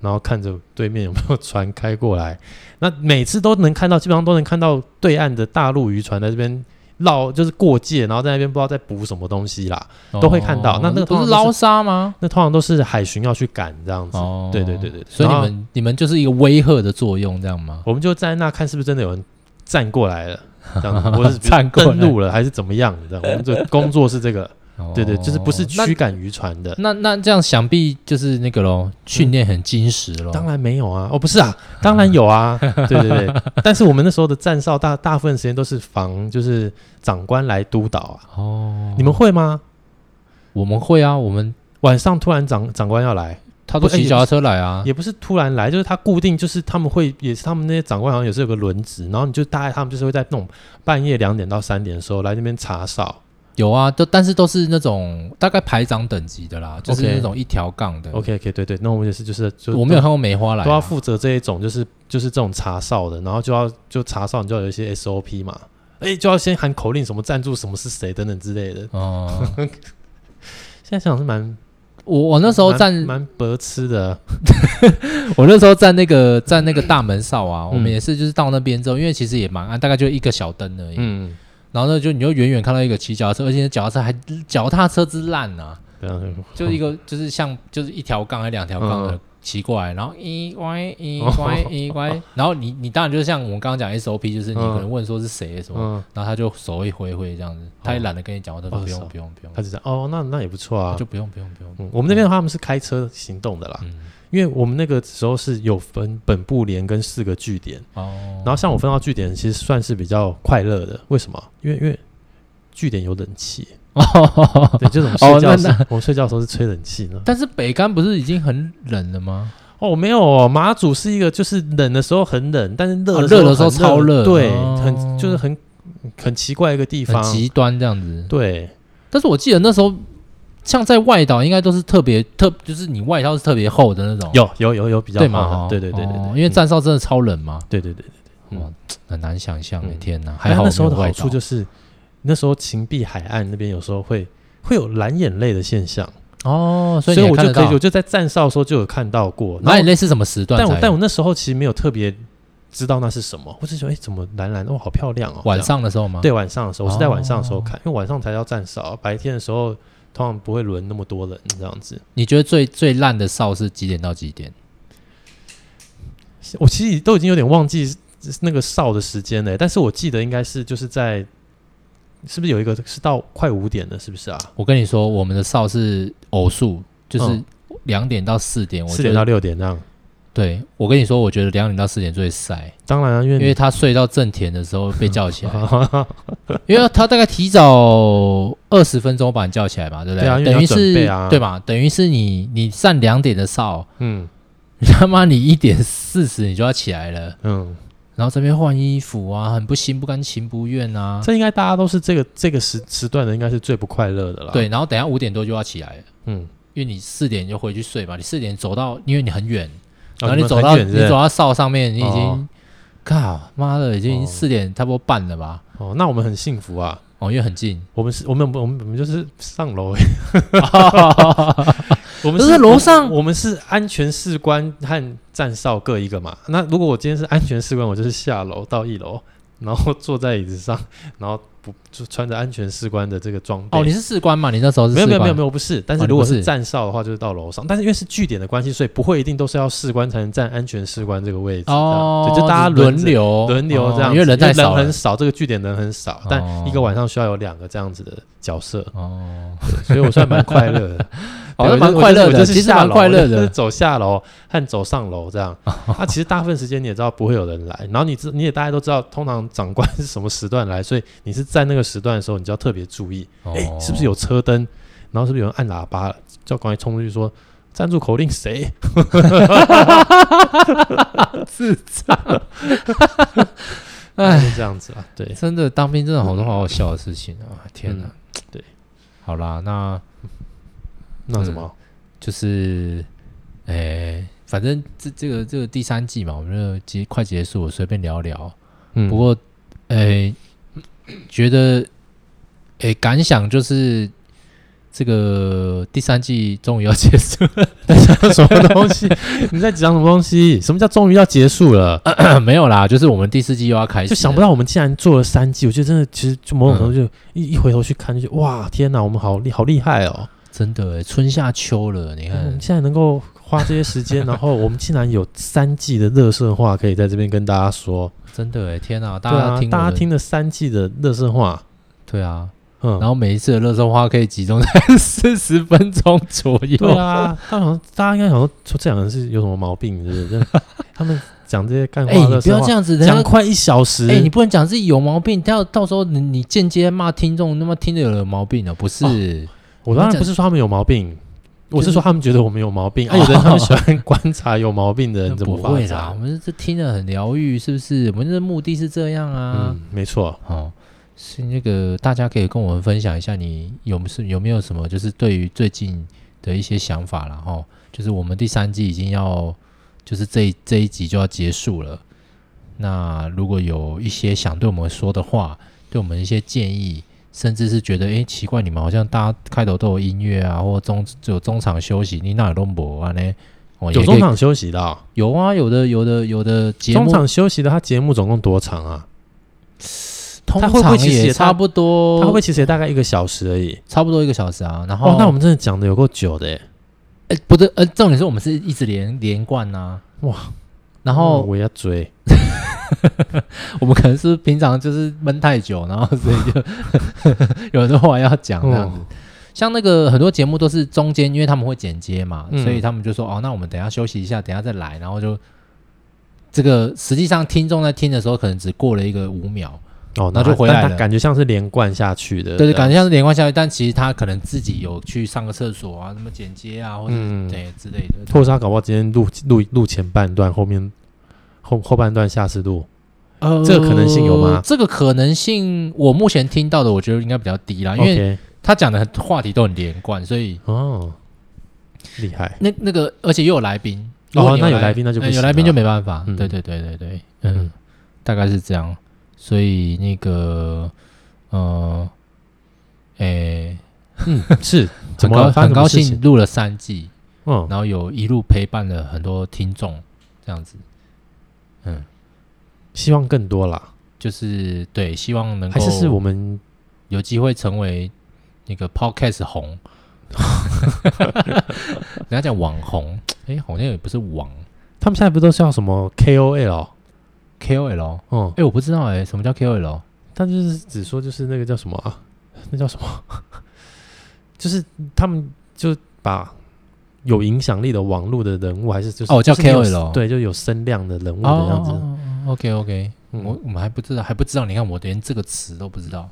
A: 然后看着对面有没有 (laughs) 船开过来。那每次都能看到，基本上都能看到对岸的大陆渔船在这边绕，就是过界，然后在那边不知道在捕什么东西啦。
B: 哦，
A: 都会看到那那个通常
B: 不是
A: 都是
B: 捞沙吗？
A: 那通常都是海巡要去赶这样子。
B: 哦，
A: 对对对对对
B: 所以你
A: 然后
B: 们你们就是一个威吓的作用，这样吗？
A: 我们就站在那看是不是真的有人站过来
B: (laughs)
A: 了，这样子，或者是比如
B: 站过来
A: 登陆了还是怎么样？这样，我们的工作是这
B: (laughs)
A: 个，
B: 哦
A: 对对，就是不是
B: 那
A: 驱赶渔船的。
B: 那那这样想必就是那个咯，训练很精实咯。
A: 当然没有啊，哦不是啊，当然有
B: (laughs)
A: 啊，对对对。但是我们那时候的站哨大大部分时间都是防，就是长官来督导啊。
B: 哦，
A: 你们会吗？
B: 我们会啊，我们
A: 晚上突然长长官要来，
B: 他都
A: 不哎
B: 骑脚踏车来啊，
A: 也不是突然来，就是他固定，就是他们会也是他们那些长官好像也是有个轮值，然后你就大概他们就是会在那种半夜两点到三点的时候来那边查哨。
B: 有啊，都但是都是那种大概排长等级的啦，就是
A: OK
B: 那种一条杠的。
A: OK OK，对对，那我们也是就是就
B: 我没有啊看过梅花来、
A: 都要负责这一种，就是就是这种查哨的，然后就要就查哨，你就要有一些 SOP 嘛，哎、就要先喊口令，什么赞助，什么是谁等等之类的。
B: 哦、
A: 现在想是蛮
B: 我我那时候站，
A: 蛮蛮白痴的，
B: 我那时候站那个站那个大门哨啊，我们
A: 嗯
B: 也是就是到那边之后，因为其实也蛮啊暗，大概就一个小灯而已。
A: 嗯，
B: 然后呢，就你就远远看到一个骑脚踏车，而且那脚踏车还脚踏车之烂啊，
A: 对啊，
B: 就一个就是像就是一条杠还两条杠的
A: 嗯哦
B: 骑过来，然后一歪一歪一歪，然后你你当然就是像我们刚刚讲 SOP，就是你
A: 嗯
B: 可能问说是谁什么，
A: 嗯，
B: 然后他就手一挥挥这样子，他也懒得跟你讲，话，他说
A: 哦
B: 不用
A: 手
B: 不用不用
A: 他，就这样，哦，那那也不错啊
B: 就。不用不用不用。
A: 嗯，我们那边的话，他们是开车行动的啦，
B: 嗯，
A: 因为我们那个时候是有分本部连跟四个据点，
B: 哦，
A: 然后像我分到据点，其实算是比较快乐的。为什么？因为因为据点有冷气， (laughs) 对，就是我们睡
B: 哦 (laughs)
A: 觉
B: 那
A: 是，
B: 那
A: 我们睡觉的时 (laughs) 候是吹冷气呢。
B: 但是北干不是已经很冷了吗？
A: 哦，没有哦，马祖是一个就是冷的时候很冷，但是热
B: 哦
A: 的时候
B: 热的时候
A: 很
B: 超热
A: 对，
B: 哦
A: 很就是很很奇怪一个地
B: 很
A: 方，
B: 极端这样子。
A: 对，
B: 但是我记得那时候，像在外岛，应该都是特别特，就是你外套是特别厚的那种，
A: 有有有有比较
B: 对
A: 好的
B: 嘛？哦
A: 对对对对
B: 哦
A: 对，
B: 因为
A: 嗯
B: 站哨真的超冷嘛，
A: 对对对对，嗯
B: 哇，很难想象哎，
A: 嗯
B: 天哪！还
A: 还
B: 好
A: 好
B: 我
A: 那时候
B: 没
A: 的
B: 有外
A: 好
B: 岛
A: 处就是那时候秦壁海岸那边有时候会会有蓝眼泪的现象，
B: 哦，
A: 所
B: 以你也
A: 我
B: 看
A: 就
B: 得
A: 可以
B: 到
A: 我。就在站哨的时候就有看到过，然
B: 那
A: 后
B: 你类似什么时段才
A: 但
B: 有？
A: 我但我那时候其实没有特别知道那是什么，我只觉得哎、诶怎么蓝蓝的哇好漂亮哦，
B: 晚
A: 这样
B: 上的时候吗？
A: 对晚上的时候，我是在晚上的时候
B: 哦
A: 看，因为晚上才要站哨，白天的时候通常不会轮那么多人这样子。
B: 你觉得最最烂的哨是几点到几点？
A: 我其实都已经有点忘记那个哨的时间了，但是我记得应该是就是在是不是有一个是到快五点的，是不是啊？
B: 我跟你说，我们的哨是偶数，就是
A: 嗯
B: 两点到四点。我
A: 四
B: 觉
A: 点到
B: 得，
A: 六点这样。
B: 对我跟你说，我觉得两点到四点最晒，
A: 当然啊，因为
B: 因
A: 你
B: 为他睡到正甜的时候被叫
A: (laughs)
B: 起来，
A: 对
B: 因为他大概提早二十分钟把你叫起来嘛，对不
A: 对啊因为
B: 等于
A: 要准
B: 是
A: 备啊
B: 对嘛？等于是你你站两点的哨， (laughs)
A: 嗯
B: 他妈你一点四十你就要起来了，
A: 嗯，
B: 然后这边换衣服啊，很不心不甘情不愿啊。
A: 这应该大家都是这个这个时时段的，应该是最不快乐的了。，
B: 对，然后等一下五点多就要起来了。
A: 嗯，
B: 因为你四点就回去睡嘛，你四点走到，因为你很远，
A: 哦
B: 然后你
A: 们
B: 走
A: 很
B: 到
A: 远
B: 你
A: 是不是
B: 走到哨上面，你已经
A: 哦，
B: 靠妈的，已经
A: 哦
B: 四点差不多半了吧？
A: 哦，那我们很幸福啊。
B: 哦，因为
A: (laughs)
B: 很近，
A: 我们是，我们我们我们就是上楼，我们
B: 不是楼上
A: 我，我们是安全士官和站哨各一个嘛。那如果我今天是安全士官，我就是下楼到一楼，然后坐在椅子上，然后不就穿着安全士官的这个装备。
B: 哦，你是士官嘛？你那时候是
A: 没有没有没有没
B: 有，
A: 有，我不是。但
B: 哦
A: 是
B: 你
A: 如果
B: 不是
A: 是站哨的话，就是到楼上。但是因为是据点的关系，所以不会一定都是要士官才能站安全士官这个位置。
B: 哦
A: 这样，对，就大家
B: 轮
A: 着
B: 流
A: 轮流这样子，
B: 哦因为人太少
A: 人
B: 了
A: 很。少，这个据点人很少，但一个晚上需要有两个这样子的角色，
B: 哦，
A: 所以我算蛮快乐
B: (laughs)
A: 的。
B: 哦，
A: 对我
B: 那蛮
A: 就
B: 快乐
A: 我就
B: 的，
A: 是
B: 其实
A: 下
B: 蛮
A: 楼
B: 快乐
A: 就是
B: 的。
A: 走下楼和走上楼这样。啊，其实大部分时间你也知道不会有人来，然后你知你也大家都知道，通常长官是什么时段来，所以你是在那个时段的时候，你就要特别注意，哎、
B: 哦
A: 是不是有车灯，然后是不是有人按喇叭了，叫赶快冲出去说。赞助口令
B: (laughs)
A: 谁？
B: 哎，
A: 就是这样子啊，对，
B: 真的当兵真的好多好好笑的事情啊！天哪
A: 嗯，对，
B: 好啦，那
A: 那什么，
B: 就是，诶，反正这这个这个第三季嘛，我们就结快结束了，随便聊聊。
A: 嗯，
B: 不过，诶，觉得，诶，感想就是，这个第三季终于要结束
A: (laughs) 什么东西？ (laughs) 你在讲什么东西？什么叫终于要结束了？
B: 了，没有啦，啊就是我嗯们第四季又要开始了，
A: 就想不到我们竟然做了三季，我觉得真的，其实就某种程度就一、一回头去看，就哇，天哪，我们好厉好厉害哦！
B: 真的诶，春夏秋了，你
A: 我
B: 看
A: 们，现在能够花这些时间，然后我们竟然有三季的乐色话可以在这边跟大家说，
B: 真的诶，天 (laughs) 哪，大
A: 对
B: 家
A: 啊
B: 听，
A: 大
B: 我
A: 家
B: 的，
A: 听了三季的乐色话，
B: 对啊，
A: 嗯，
B: 然后每一次的热身花可以集中在 (laughs) 四十分钟左右，
A: 对啊，大家想说大家应该想说，说这两个人是有什么毛病，是不是？真的他们讲这些干话
B: 哎，你
A: 乐
B: 不
A: 色
B: 要这
A: 话，
B: 样子，人
A: 啊讲
B: 家
A: 快一小时，
B: 哎、你不能讲自己有毛病，到到时候你你间接骂听众，那么听着有毛病了，不
A: 哦
B: 是？
A: 我当然不是说他们有毛病，我
B: 就是是
A: 说他们觉得我们有毛病。哎，有的人他们喜欢观察有毛病的
B: 那
A: 人怎
B: 不
A: 么
B: 会
A: 发
B: 啦，我啊
A: 展。
B: 们这听着很疗愈，是不是？我们的目的是这样啊。
A: 嗯，没错。
B: 哦，是那个大家可以跟我们分享一下，你有没是有没有什么就是对于最近的一些想法啦，哈，就是我们第三季已经要，就是这一这一集就要结束了。那如果有一些想对我们说的话，对我们一些建议，甚至是觉得诶奇怪，你们好像大家开头都有音乐啊，或中有中场休息，你哪有都没啊呢？哦，
A: 有
B: 也可以
A: 中场休息的哦，
B: 有啊，有的有的有的节目
A: 中场休息的，他节目总共多长啊？
B: 通
A: 它会不会
B: 常
A: 其实
B: 也
A: 也
B: 差
A: 差
B: 不多，
A: 他会不会其实也大概一个小时而已？
B: 差不多一个小时啊。然后，
A: 哦，那我们真的讲的有够久的耶，欸
B: 哎、不对，呃，重点是我们是一直连连贯呐、
A: 哇！
B: 然后
A: 嗯我也要追。
B: 我们可能是平常就是闷太久，然后所以就 (laughs) 有很多话要讲这样子。像那个很多节目都是中间，因为他们会剪接嘛，
A: 嗯
B: 所以他们就说哦，那我们等一下休息一下，等一下再来，然后就这个实际上听众在听的时候，可能只过了一个五秒，
A: 哦，
B: 那就
A: 它
B: 回来
A: 但它
B: 了
A: 感觉像是连贯下去的。
B: 对对，
A: 这样
B: 感觉像是连贯下去，但其实他可能自己有去上个厕所啊，什么剪接啊，或者、
A: 嗯
B: 对之类的，
A: 或者是他搞不好今天录录录前半段，后面后后半段下次录，
B: 呃
A: 这个可能性有吗
B: 这个可能性，我目前听到的，我觉得应该比较低啊啦，因为
A: OK，
B: 他讲的话题都很连贯，所以
A: 哦，厉害，
B: 那那个，而且又有来宾，
A: 哦
B: 如果你
A: 那有来宾那就不
B: 呃有
A: 行
B: 来宾
A: 了
B: 就没办法。
A: 嗯
B: 对对对对对，嗯，
A: 嗯，
B: 大概是这样。所以那个，呃，诶、
A: 嗯
B: (laughs)
A: 是，怎
B: 很
A: 么了
B: 高
A: 发生
B: 很
A: 什
B: 高
A: 么事
B: 兴
A: 情？
B: 录了三季，
A: 嗯，
B: 然后有一路陪伴了很多听众，这样子，
A: 希望更多啦，
B: 就是对，希望能够
A: 还是是我们
B: 有机会成为那个
A: (laughs)
B: podcast 红。人家讲网红，诶，好像也不是网
A: 他们现在不都叫什么 KOL？
B: KOL，
A: 嗯
B: 诶，，我不知道诶，什么叫 KOL？
A: 他就是只说就是那个叫什么啊？那叫什么？ (laughs) 就是他们就把有影响力的网络的人物，还是就是
B: 哦叫
A: 就是有
B: KOL
A: 对，就有声量的人物
B: 哦
A: 的样子。
B: OK OK，
A: 嗯
B: 我我们还不知道，还不知道，你看我连这个词都不知道。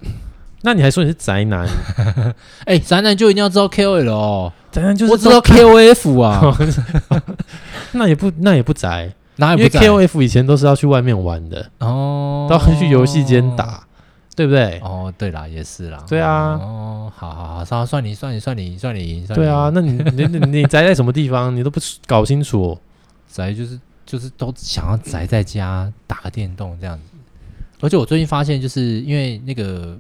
A: 那你还说你是宅男？
B: 哎，宅男就一定要知道 KOL 哦，
A: 宅男就是
B: 我知道 KOF
A: (laughs)
B: 啊，
A: 那也不那也不宅，
B: 哪
A: 因
B: 有
A: 为
B: 不宅
A: KOF 以前都是要去外面玩的，
B: 哦，
A: 都要去游戏间。打，对不对？
B: 哦，对啦，也是啦。
A: 对啊
B: 哦，好好好，算算你算你算你算你赢，算你
A: 对啊，
B: 赢，
A: 那你 (laughs) 你你你宅在什么地方，你都不搞清楚。
B: 宅就是就是都想要宅在家打个电动这样子。而且我最近发现，就是因为那个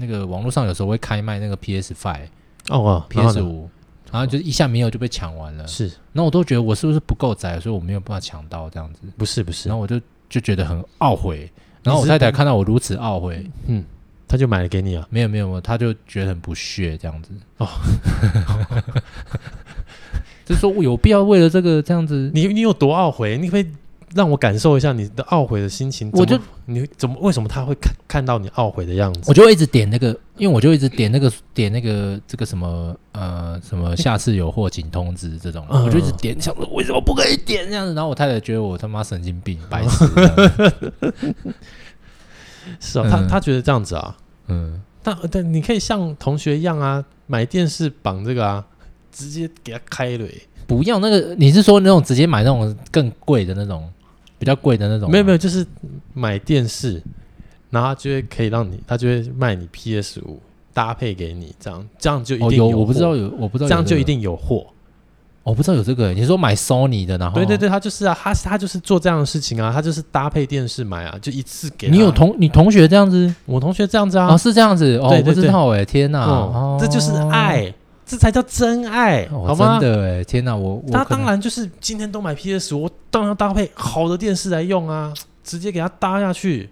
B: 那个网络上有时候会开卖那个 PS Five、
A: 哦哦
B: PS
A: 然后呢
B: 五，然后就是一下没有就被抢完了。
A: 是
B: 然后我都觉得我是不是不够宅，所以我没有办法抢到这样子。
A: 不是不是
B: 然？后我就就觉得很懊悔。然后我
A: 你是
B: 太太看到我如此懊悔，
A: 他就买了给你啊。
B: 没有没有没有，她就觉得很不屑这样子。
A: 哦，
B: (laughs) 就说我有必要为了这个这样子？
A: 你你有多懊悔？你可不可以让我感受一下你的懊悔的心情。
B: 我
A: 怎么你怎么为什么他会看看到你懊悔的样子？
B: 我就会一直点那个，因为我就一直点那个点那个这个什么呃
A: (laughs)
B: 什么下次有货请通知这种，
A: 嗯
B: 我就一直点，想说为什么不可以点这样子？然后我太太觉得我他妈神经病白痴这样
A: (laughs)
B: 子，
A: 是啊，他
B: 嗯
A: 他觉得这样子啊。
B: 嗯，
A: 但但你可以像同学一样啊，买电视绑这个啊，直接给他开了欸。
B: 不要那个，你是说那种直接买那种更贵的那种，比较贵的那种吗？
A: 没有没有，就是买电视，然后他就会可以让你，他就会卖你 PS 五搭配给你，这样这样就一定
B: 哦，有
A: 货
B: 我不知道，有，我不知道
A: 这
B: 有
A: 样就
B: 个哦
A: 一，定有货。
B: 我不知道有这个。你说买 Sony 的，然后
A: 对对，对，他就是啊，他他就是做这样的事情啊，他就是搭配电视买啊，就一次给他。
B: 你有同你同学这样子
A: 我同学这样子啊
B: 哦，，是这样子哦，
A: 对
B: 我不
A: 对
B: 知
A: 对
B: 道哎，天哪，
A: 哦
B: 哦，
A: 这就是，爱，这才叫真爱，
B: 哦
A: 好吗？
B: 真的哎，天哪，我我
A: 他
B: 可能
A: 当然就是今天都买 PS，我当然要搭配好的电视来用啊，直接给他搭下去，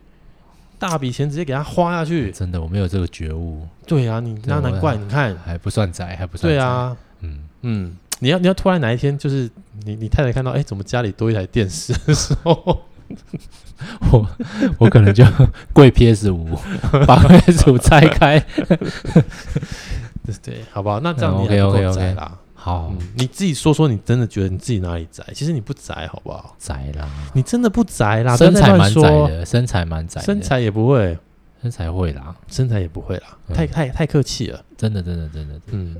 A: 大笔钱直接给他花下去。
B: 真的我没有这个觉悟，
A: 对啊，你那
B: 对
A: 难
B: 我
A: 怪你看，
B: 还不算宅，还不算
A: 对
B: 宅，
A: 啊，
B: 嗯，
A: 嗯，你要你要突然哪一天就是你你太太看到，哎，怎么家里多一台电视的时候， (laughs)
B: 我 (laughs) 我可能就跪 PS 五， (laughs) 把 PS 五拆开，
A: 对对，好不好？那这样
B: 嗯
A: 你还不够
B: OK，OK，OK
A: 宅啦。
B: 好
A: 嗯，你自己说说，你真的觉得你自己哪里宅？其实你不宅，好不好？
B: 宅啦，
A: 你真的不宅啦，
B: 身
A: 不要
B: 材
A: 再乱
B: 蛮宅
A: 说，
B: 的，身材蛮宅的，
A: 身材也不会，
B: 身材会啦，
A: 身材也不会啦，
B: 嗯
A: 太太太客气了，
B: 真的真的真的。
A: 嗯，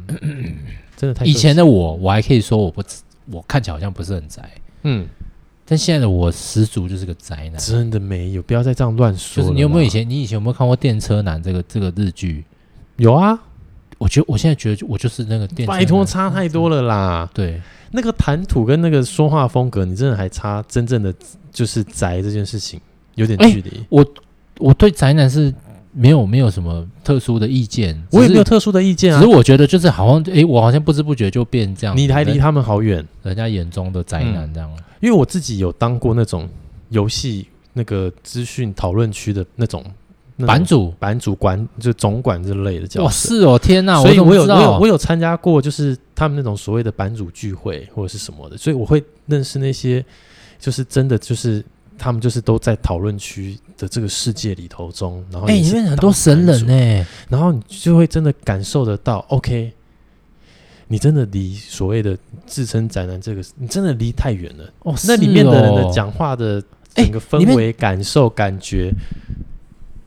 A: 真的太客气
B: 以前的我，我还可以说我不，我看起来好像不是很宅，
A: 嗯，
B: 但现在的我十足就是个宅男。
A: 真的没有，不要再这样乱说
B: 就
A: 了
B: 是
A: 啦。
B: 你有没有以前，你以前有没有看过《电车男》这个这个日剧？
A: 有啊？
B: 我觉得我现在觉得我就是那个电车男
A: 拜托，差太多了啦！
B: 对，
A: 那个谈吐跟那个说话风格，你真的还差真正的就是宅这件事情有点
B: 哎
A: 距离。
B: 我对宅男是没有没有什么特殊的意见，
A: 我也
B: 只
A: 没
B: 是
A: 有，特殊的意见
B: 只
A: 啊
B: 是，我觉得就是好像诶，我好像不知不觉就变这样，
A: 你嗯还离
B: 人
A: 他们好远，
B: 人家眼中的宅男这样。
A: 因为我自己有当过那种游戏那个资讯讨论区的那种那种
B: 版主
A: 版主管就总管之类的角
B: 哇
A: 色。
B: 是哦，天哪，
A: 所以
B: 怎么
A: 我有
B: 知
A: 我有
B: 道
A: 我有参加过，就是他们那种所谓的版主聚会或者是什么的，所以我会认识那些就是真的就是他们就是都在讨论区的这个世界里头中，然后
B: 哎，
A: 也
B: 里
A: 是
B: 面很
A: 当
B: 多神
A: 版主
B: 人呢，
A: 然后你就会真的感受得到，OK，你真的离所谓的自称宅男这个，你真的离太远了。
B: 哦，
A: 那里面的人
B: 是
A: 的
B: 哦
A: 讲话的
B: 哎
A: 整个
B: 里
A: 氛
B: 面
A: 围、感受、感觉，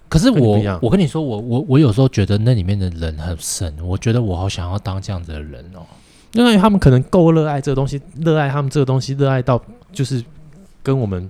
B: 可是
A: 跟你不
B: 我
A: 一样
B: 我跟你说，我我我有时候觉得那里面的人很神，我觉得我好想要当这样子的人哦。
A: 因为他们可能够热爱这个东西，热爱他们这个东西，热爱到就是跟我们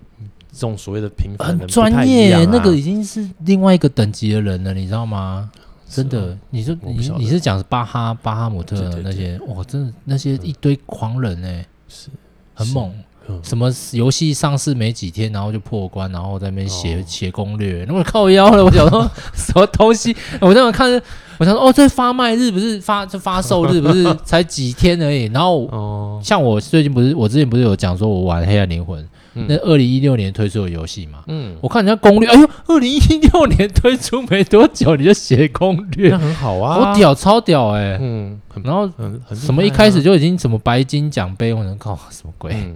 A: 这种所谓的平凡
B: 很
A: 人不太
B: 专
A: 一
B: 业、
A: 样啊
B: 那个已经是另外一个等级的人了，你知道吗？真的，你说
A: 啊我
B: 你
A: 不晓得
B: 你是讲巴哈巴哈姆特
A: 对对对
B: 那些，哇，真的那些一堆狂人哎、
A: 是
B: 很
A: 是
B: 猛。
A: 嗯
B: 什么游戏上市没几天，然后就破关，然后在那边写
A: 哦
B: 写攻略，那我靠腰了。我想说 (laughs) 什么东西？我那会看，我想说哦，这发卖日不是发这发售日不是才几天而已。然后我
A: 哦，
B: 像我最近不是我之前不是有讲说我玩《黑暗灵魂》
A: 嗯
B: 那二零一六年推出的游戏嘛？
A: 嗯，
B: 我看人家攻略，哎呦，二零一六年推出没多久你就写攻略
A: 那，很好啊，
B: 好，屌，超屌哎、
A: 嗯，很
B: 然后
A: 很很厉
B: 什么
A: 害
B: 一开
A: 啊
B: 始就已哎经什么白金奖杯，我能靠什么鬼？
A: 嗯，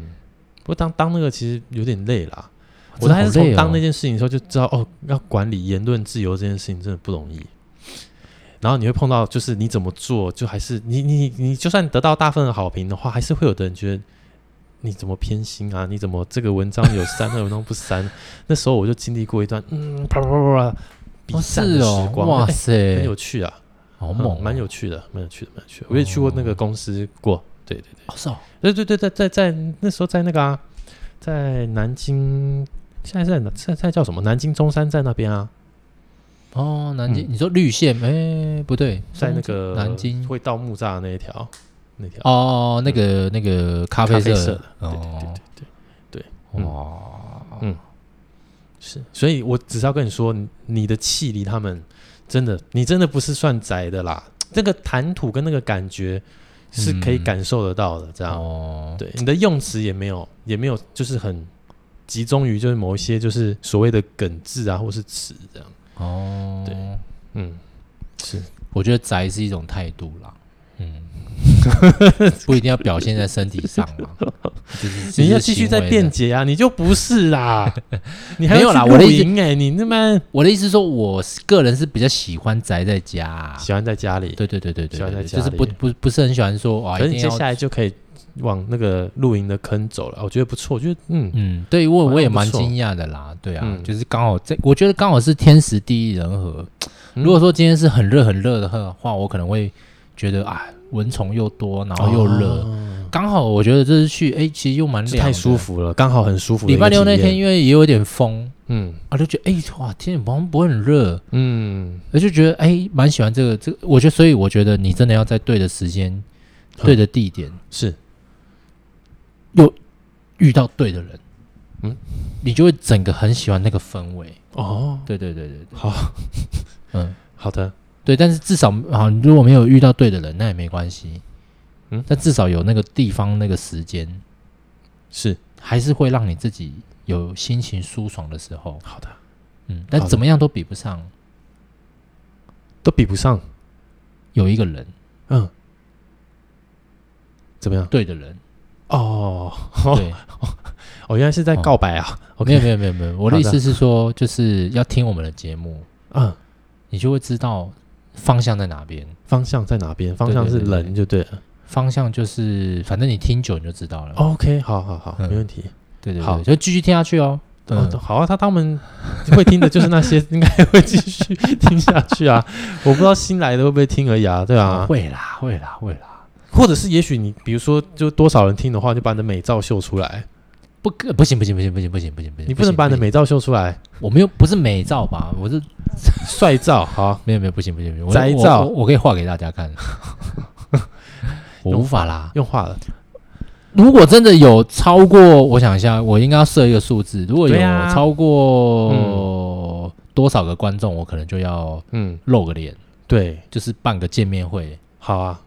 A: 不过当当那个其实有点累啦。我
B: 真的
A: 还是
B: 好
A: 从
B: 累哦
A: 当那件事情的时候就知道，哦，要管理言论自由这件事情真的不容易。然后你会碰到，就是你怎么做，就还是你你你，你就算得到大部分的好评的话，还是会有的人觉得你怎么偏心啊？你怎么这个文章有删，那个文章不删？ (laughs) 那时候我就经历过一段，嗯，啪啪啪啪啪比
B: 哦
A: 赞
B: 是
A: 的
B: 哦
A: 时，光，
B: 哇
A: 哎
B: 塞，
A: 很有趣啊，
B: 好
A: 嗯
B: 猛哦，
A: 蛮有趣的，蛮有趣的，蛮有趣的。我也去过那个公司过，对对对。
B: 哦是哦，
A: 对对对，在在在那时候在那个啊，在南京，现在在哪？现在在叫什么？南京中山站那边啊，
B: 哦，南京，
A: 嗯
B: 你说绿线？哎，不对，
A: 在那个
B: 南京
A: 会到木栅那一条，那条
B: 哦，那个那个咖啡
A: 嗯啡色
B: 色
A: 的，对对对
B: 哦
A: 对，对，嗯
B: 哇，
A: 是。所以我只是要跟你说，你你的气离他们真的，你真的不是算宅的啦。这个谈吐跟那个感觉是可以
B: 嗯
A: 感受得到的，这样。
B: 哦，
A: 嗯对，你的用词也没有，也没有，就是很集中于就是某一些就是所谓的梗字啊，或是词这样。
B: 哦，
A: 对，嗯，是。
B: 我觉得宅是一种态度啦，
A: (laughs)
B: 嗯，不一定要表现在身体上嘛，
A: (laughs)
B: 就是
A: 你要继续在辩。
B: 就是行为的
A: 解啊！你就不是啦，
B: (laughs)
A: 你还
B: 没有啦
A: 要去
B: 我的
A: 露
B: 意思
A: 营哎，你那么
B: 我的意思是说，我是个人是比较喜欢宅在家啊，
A: 喜欢在家里，
B: 对对对对对
A: 喜欢在
B: 对，
A: 家
B: 就是不
A: 里
B: 不不是很喜欢说啊，
A: 可是
B: 一
A: 你
B: 定
A: 接
B: 要
A: 下来就可以往那个露营的坑走了，我觉得不错，我觉得嗯，
B: 嗯，对我
A: 好像
B: 我也
A: 不
B: 蛮
A: 错
B: 惊讶的啦，对啊，
A: 嗯
B: 就是刚好这，我觉得刚好是天时地利人和。
A: 嗯
B: 如果说今天是很热很热的话，我可能会觉得啊，蚊虫又多，然后又热，
A: 哦
B: 刚、好我觉得这次去，哎、其实又蛮
A: 这
B: 凉，
A: 太舒。服了，刚好很舒服的一
B: 礼
A: 个
B: 拜
A: 体验。
B: 六那天因为也有点风
A: 嗯
B: 啊，就觉得哎、哇，天气好像不会很热，
A: 嗯，
B: 我就觉得哎，蛮、喜欢这个这个。我觉得，所以我觉得你真的要在对的时间、
A: 嗯
B: 对的地点
A: 是
B: 遇到对的人，嗯
A: 嗯，
B: 你就会整个很喜欢那个氛围。
A: 哦，
B: 对对对对对，
A: 好
B: (laughs) 嗯，
A: 好的，
B: 对，但是至少啊，如果没有遇到对的人，那也没关系。嗯
A: 嗯，
B: 但至少有那个地方、那个时间，
A: 是
B: 还是会让你自己有心情舒爽的时候。
A: 好的，
B: 嗯，但
A: 好的
B: 怎么样都比不上
A: 都比不上，
B: 有一个人
A: 嗯，怎么样？
B: 对的人。
A: 哦
B: 对，
A: 哦，原来是在
B: 哦
A: 告白啊
B: 没
A: ，OK，
B: 有没有没有没有，我的
A: 好
B: 意
A: 的
B: 思是说，就是要听我们的节目，
A: 嗯，
B: 你就会知道方向在哪边。
A: 方向在哪边？方向是
B: 对对对对
A: 人就对了。
B: 方向就是，反正你听久你就知道了。
A: OK，好好好，
B: 嗯
A: 没问题。
B: 对对
A: 哦好
B: 对，就继续听下去哦。
A: 哦
B: 嗯，
A: 好啊，他他们会听的就是那些，应该会继续听下去 (laughs) 啊。我不知道新来的会不会听而已啊，对啊。
B: 会啦，会啦，会啦。
A: 或者是也许你，比如说，就多少人听的话，就把你的美照秀出来。
B: 不可不行不行不行不行不行不行不行！
A: 你不能把你的
B: 行
A: 美照秀出来，
B: 我没有不是美照吧？我是
A: 帅 (laughs) 照好，
B: 没有没有不行不行不行，我
A: 宅照
B: 我我我可以画给大
A: (laughs)
B: 家看，我无法啦。
A: 用画了。
B: 如果真的有超过，我想一下，我应该要设一个数字，如果有
A: 对啊
B: 超过多少个观众，我可能就要
A: 嗯，
B: 露个脸，
A: 对，
B: 就是办个见面会。
A: 好啊。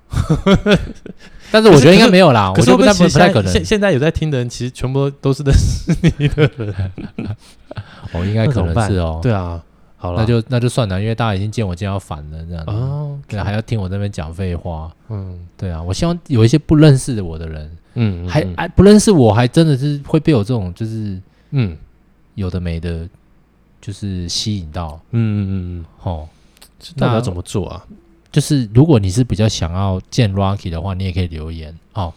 B: 但是我
A: 可是
B: 觉得
A: 可
B: 应该
A: 是
B: 没有啦，我
A: 可是
B: 觉
A: 会
B: 得
A: 不
B: 不
A: 会
B: 太
A: 其
B: 不
A: 实
B: 太可
A: 现在
B: 能
A: 现，现在有在听的人，其实全部都是认识你的人，
B: 哦，应该
A: 那
B: 可
A: 怎么
B: 能
A: 办
B: 是哦。
A: (laughs) 对啊，好了，
B: 那就那就算了，因为大家已经见我见到烦了，这样子，
A: 哦，
B: 对，啊还要听我这边讲废话。
A: 嗯
B: 对啊，我希望有一些不认识的我的人，
A: 嗯，
B: 还
A: 嗯
B: 还不认识我，还真的是会被我这种就是
A: 嗯
B: 有的没的，就是吸引到
A: 嗯嗯嗯，
B: 哦。
A: 这到底
B: 那
A: 要怎么做啊？
B: 就是如果你是比较想要见 Rocky 的话，你也可以留言哦，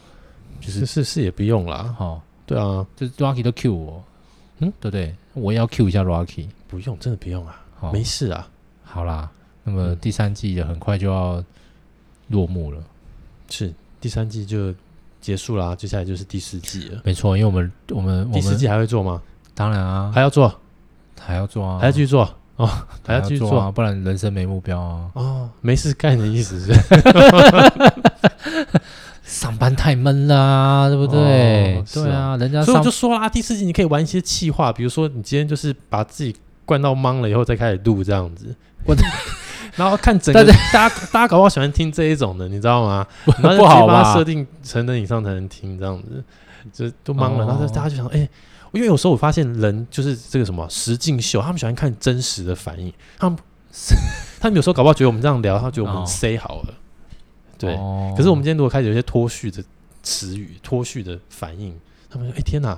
B: 就是是
A: 是是也不用啦，
B: 哦，
A: 对啊，
B: 就是 Rocky 都 Q 我，嗯
A: 嗯，
B: 对不对？我也要 Q 一下 Rocky，
A: 不用，真的不用啊，
B: 哦，
A: 没事啊，
B: 好啦。那么
A: 嗯
B: 第三季的很快就要落幕了，
A: 是第三季就结束啦，接下来就是第四季了。
B: 没错，因为我们我们我
A: 第四
B: 们
A: 季还会做吗？
B: 当然啊，
A: 还要做，
B: 还要做啊，
A: 还要继续做哦，还要继续
B: 做
A: 做
B: 啊，不然人生没目
A: (laughs)
B: 标啊。
A: 哦，没事干的意思是
B: 上班太闷啦、对不对？
A: 哦是
B: 对啊，人家
A: 所以我
B: 上
A: 就说啦，第四集你可以玩一些气话，比如说你今天就是把自己灌到懵了以后再开始录这样子，
B: 我
A: (laughs) 然后看整个
B: 大
A: 大家大家搞不好喜欢听这一种的，你知道吗？然后就
B: (laughs) (laughs) 不好
A: 直接把它
B: 吧
A: 设定成人以上才能听这样子，就都懵了，
B: 哦
A: 然后大家就想，哎、因为有时候我发现人就是这个什么实境秀，他们喜欢看真实的反应，他们 (laughs) 他们有时候搞不好觉得我们这样聊，他觉得我们
B: 哦
A: say 好了，对，
B: 哦
A: 可是我们今天如果开始有一些脱序的词语、脱序的反应，他们说：“哎、天哪，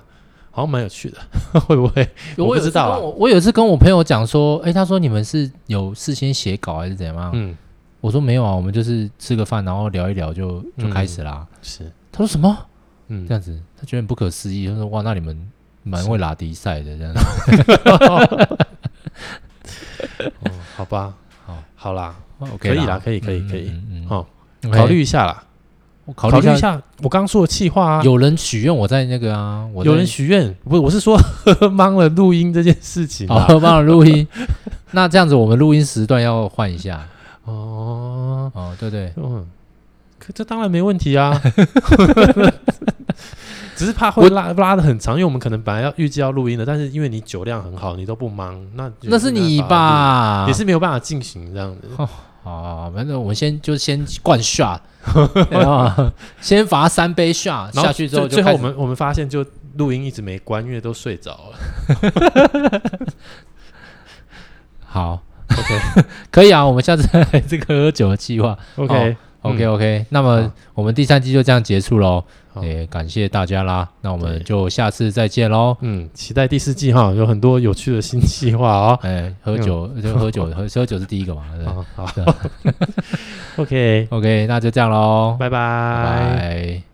A: 好像蛮有趣的， (laughs) 会不会我不
B: 有一次
A: 知道啊
B: 跟我我有一次跟我朋友讲说，哎、他说你们是有事先写稿还是怎样啊？？”
A: 嗯，
B: 我说没有啊，我们就是吃个饭，然后聊一聊就就开始啦。
A: 是，
B: 他说什么？
A: 嗯
B: 这，样子，他觉得很不可思议。他说哇，那你们蛮会拉迪赛的
A: (laughs)
B: 这样子。
A: 哦，好吧，
B: 好，
A: 好啦，可
B: OK
A: 以啦，，可以，可以，
B: 嗯
A: 可以，，
B: 嗯
A: 好考虑一下啦，
B: 我考
A: 考虑
B: 虑
A: 一。下我刚刚说的气话啊。
B: 有人许愿，我在那个啊，我在
A: 有人许愿，不是，我是说 (laughs) 忙了录音这件事情啊。
B: 好 (laughs) 帮我录音。那这样子，我们录音时段要换一下
A: 哦，
B: 哦，对对，
A: 嗯，可这当然没问题啊， (laughs) 只是怕会
B: 我
A: 拉拉的很长，因为我们可能本来要预计要录音的，但是因为你酒量很好，你都不忙，那就
B: 那是你
A: 没办法
B: 吧？
A: 录，也是没有办法进行这样子。
B: 啊，反正我们先就先灌
A: (laughs)
B: shot，对吧先罚三杯 shot
A: 然
B: 下去之后
A: 最最
B: 就
A: 后
B: 开
A: 我
B: 始
A: 们我们发现就录音一直没关，因为都睡着了。
B: 好 (laughs)
A: (laughs)
B: OK 可以啊，我们下次来这个喝酒的计划。
A: OK，
B: OK OK，、那么
A: 嗯好
B: 我们第三季就这样结束喽，
A: 好
B: 也感谢大家啦，那我们
A: 对
B: 就下次再见喽。
A: 嗯，期待第四季哈，有很多有趣的新计划哦。
B: 哎，喝酒就喝酒，喝喝酒是第一个嘛。对不对
A: 好好 (laughs) ，OK，
B: OK，那就这样喽，
A: 拜拜
B: 拜拜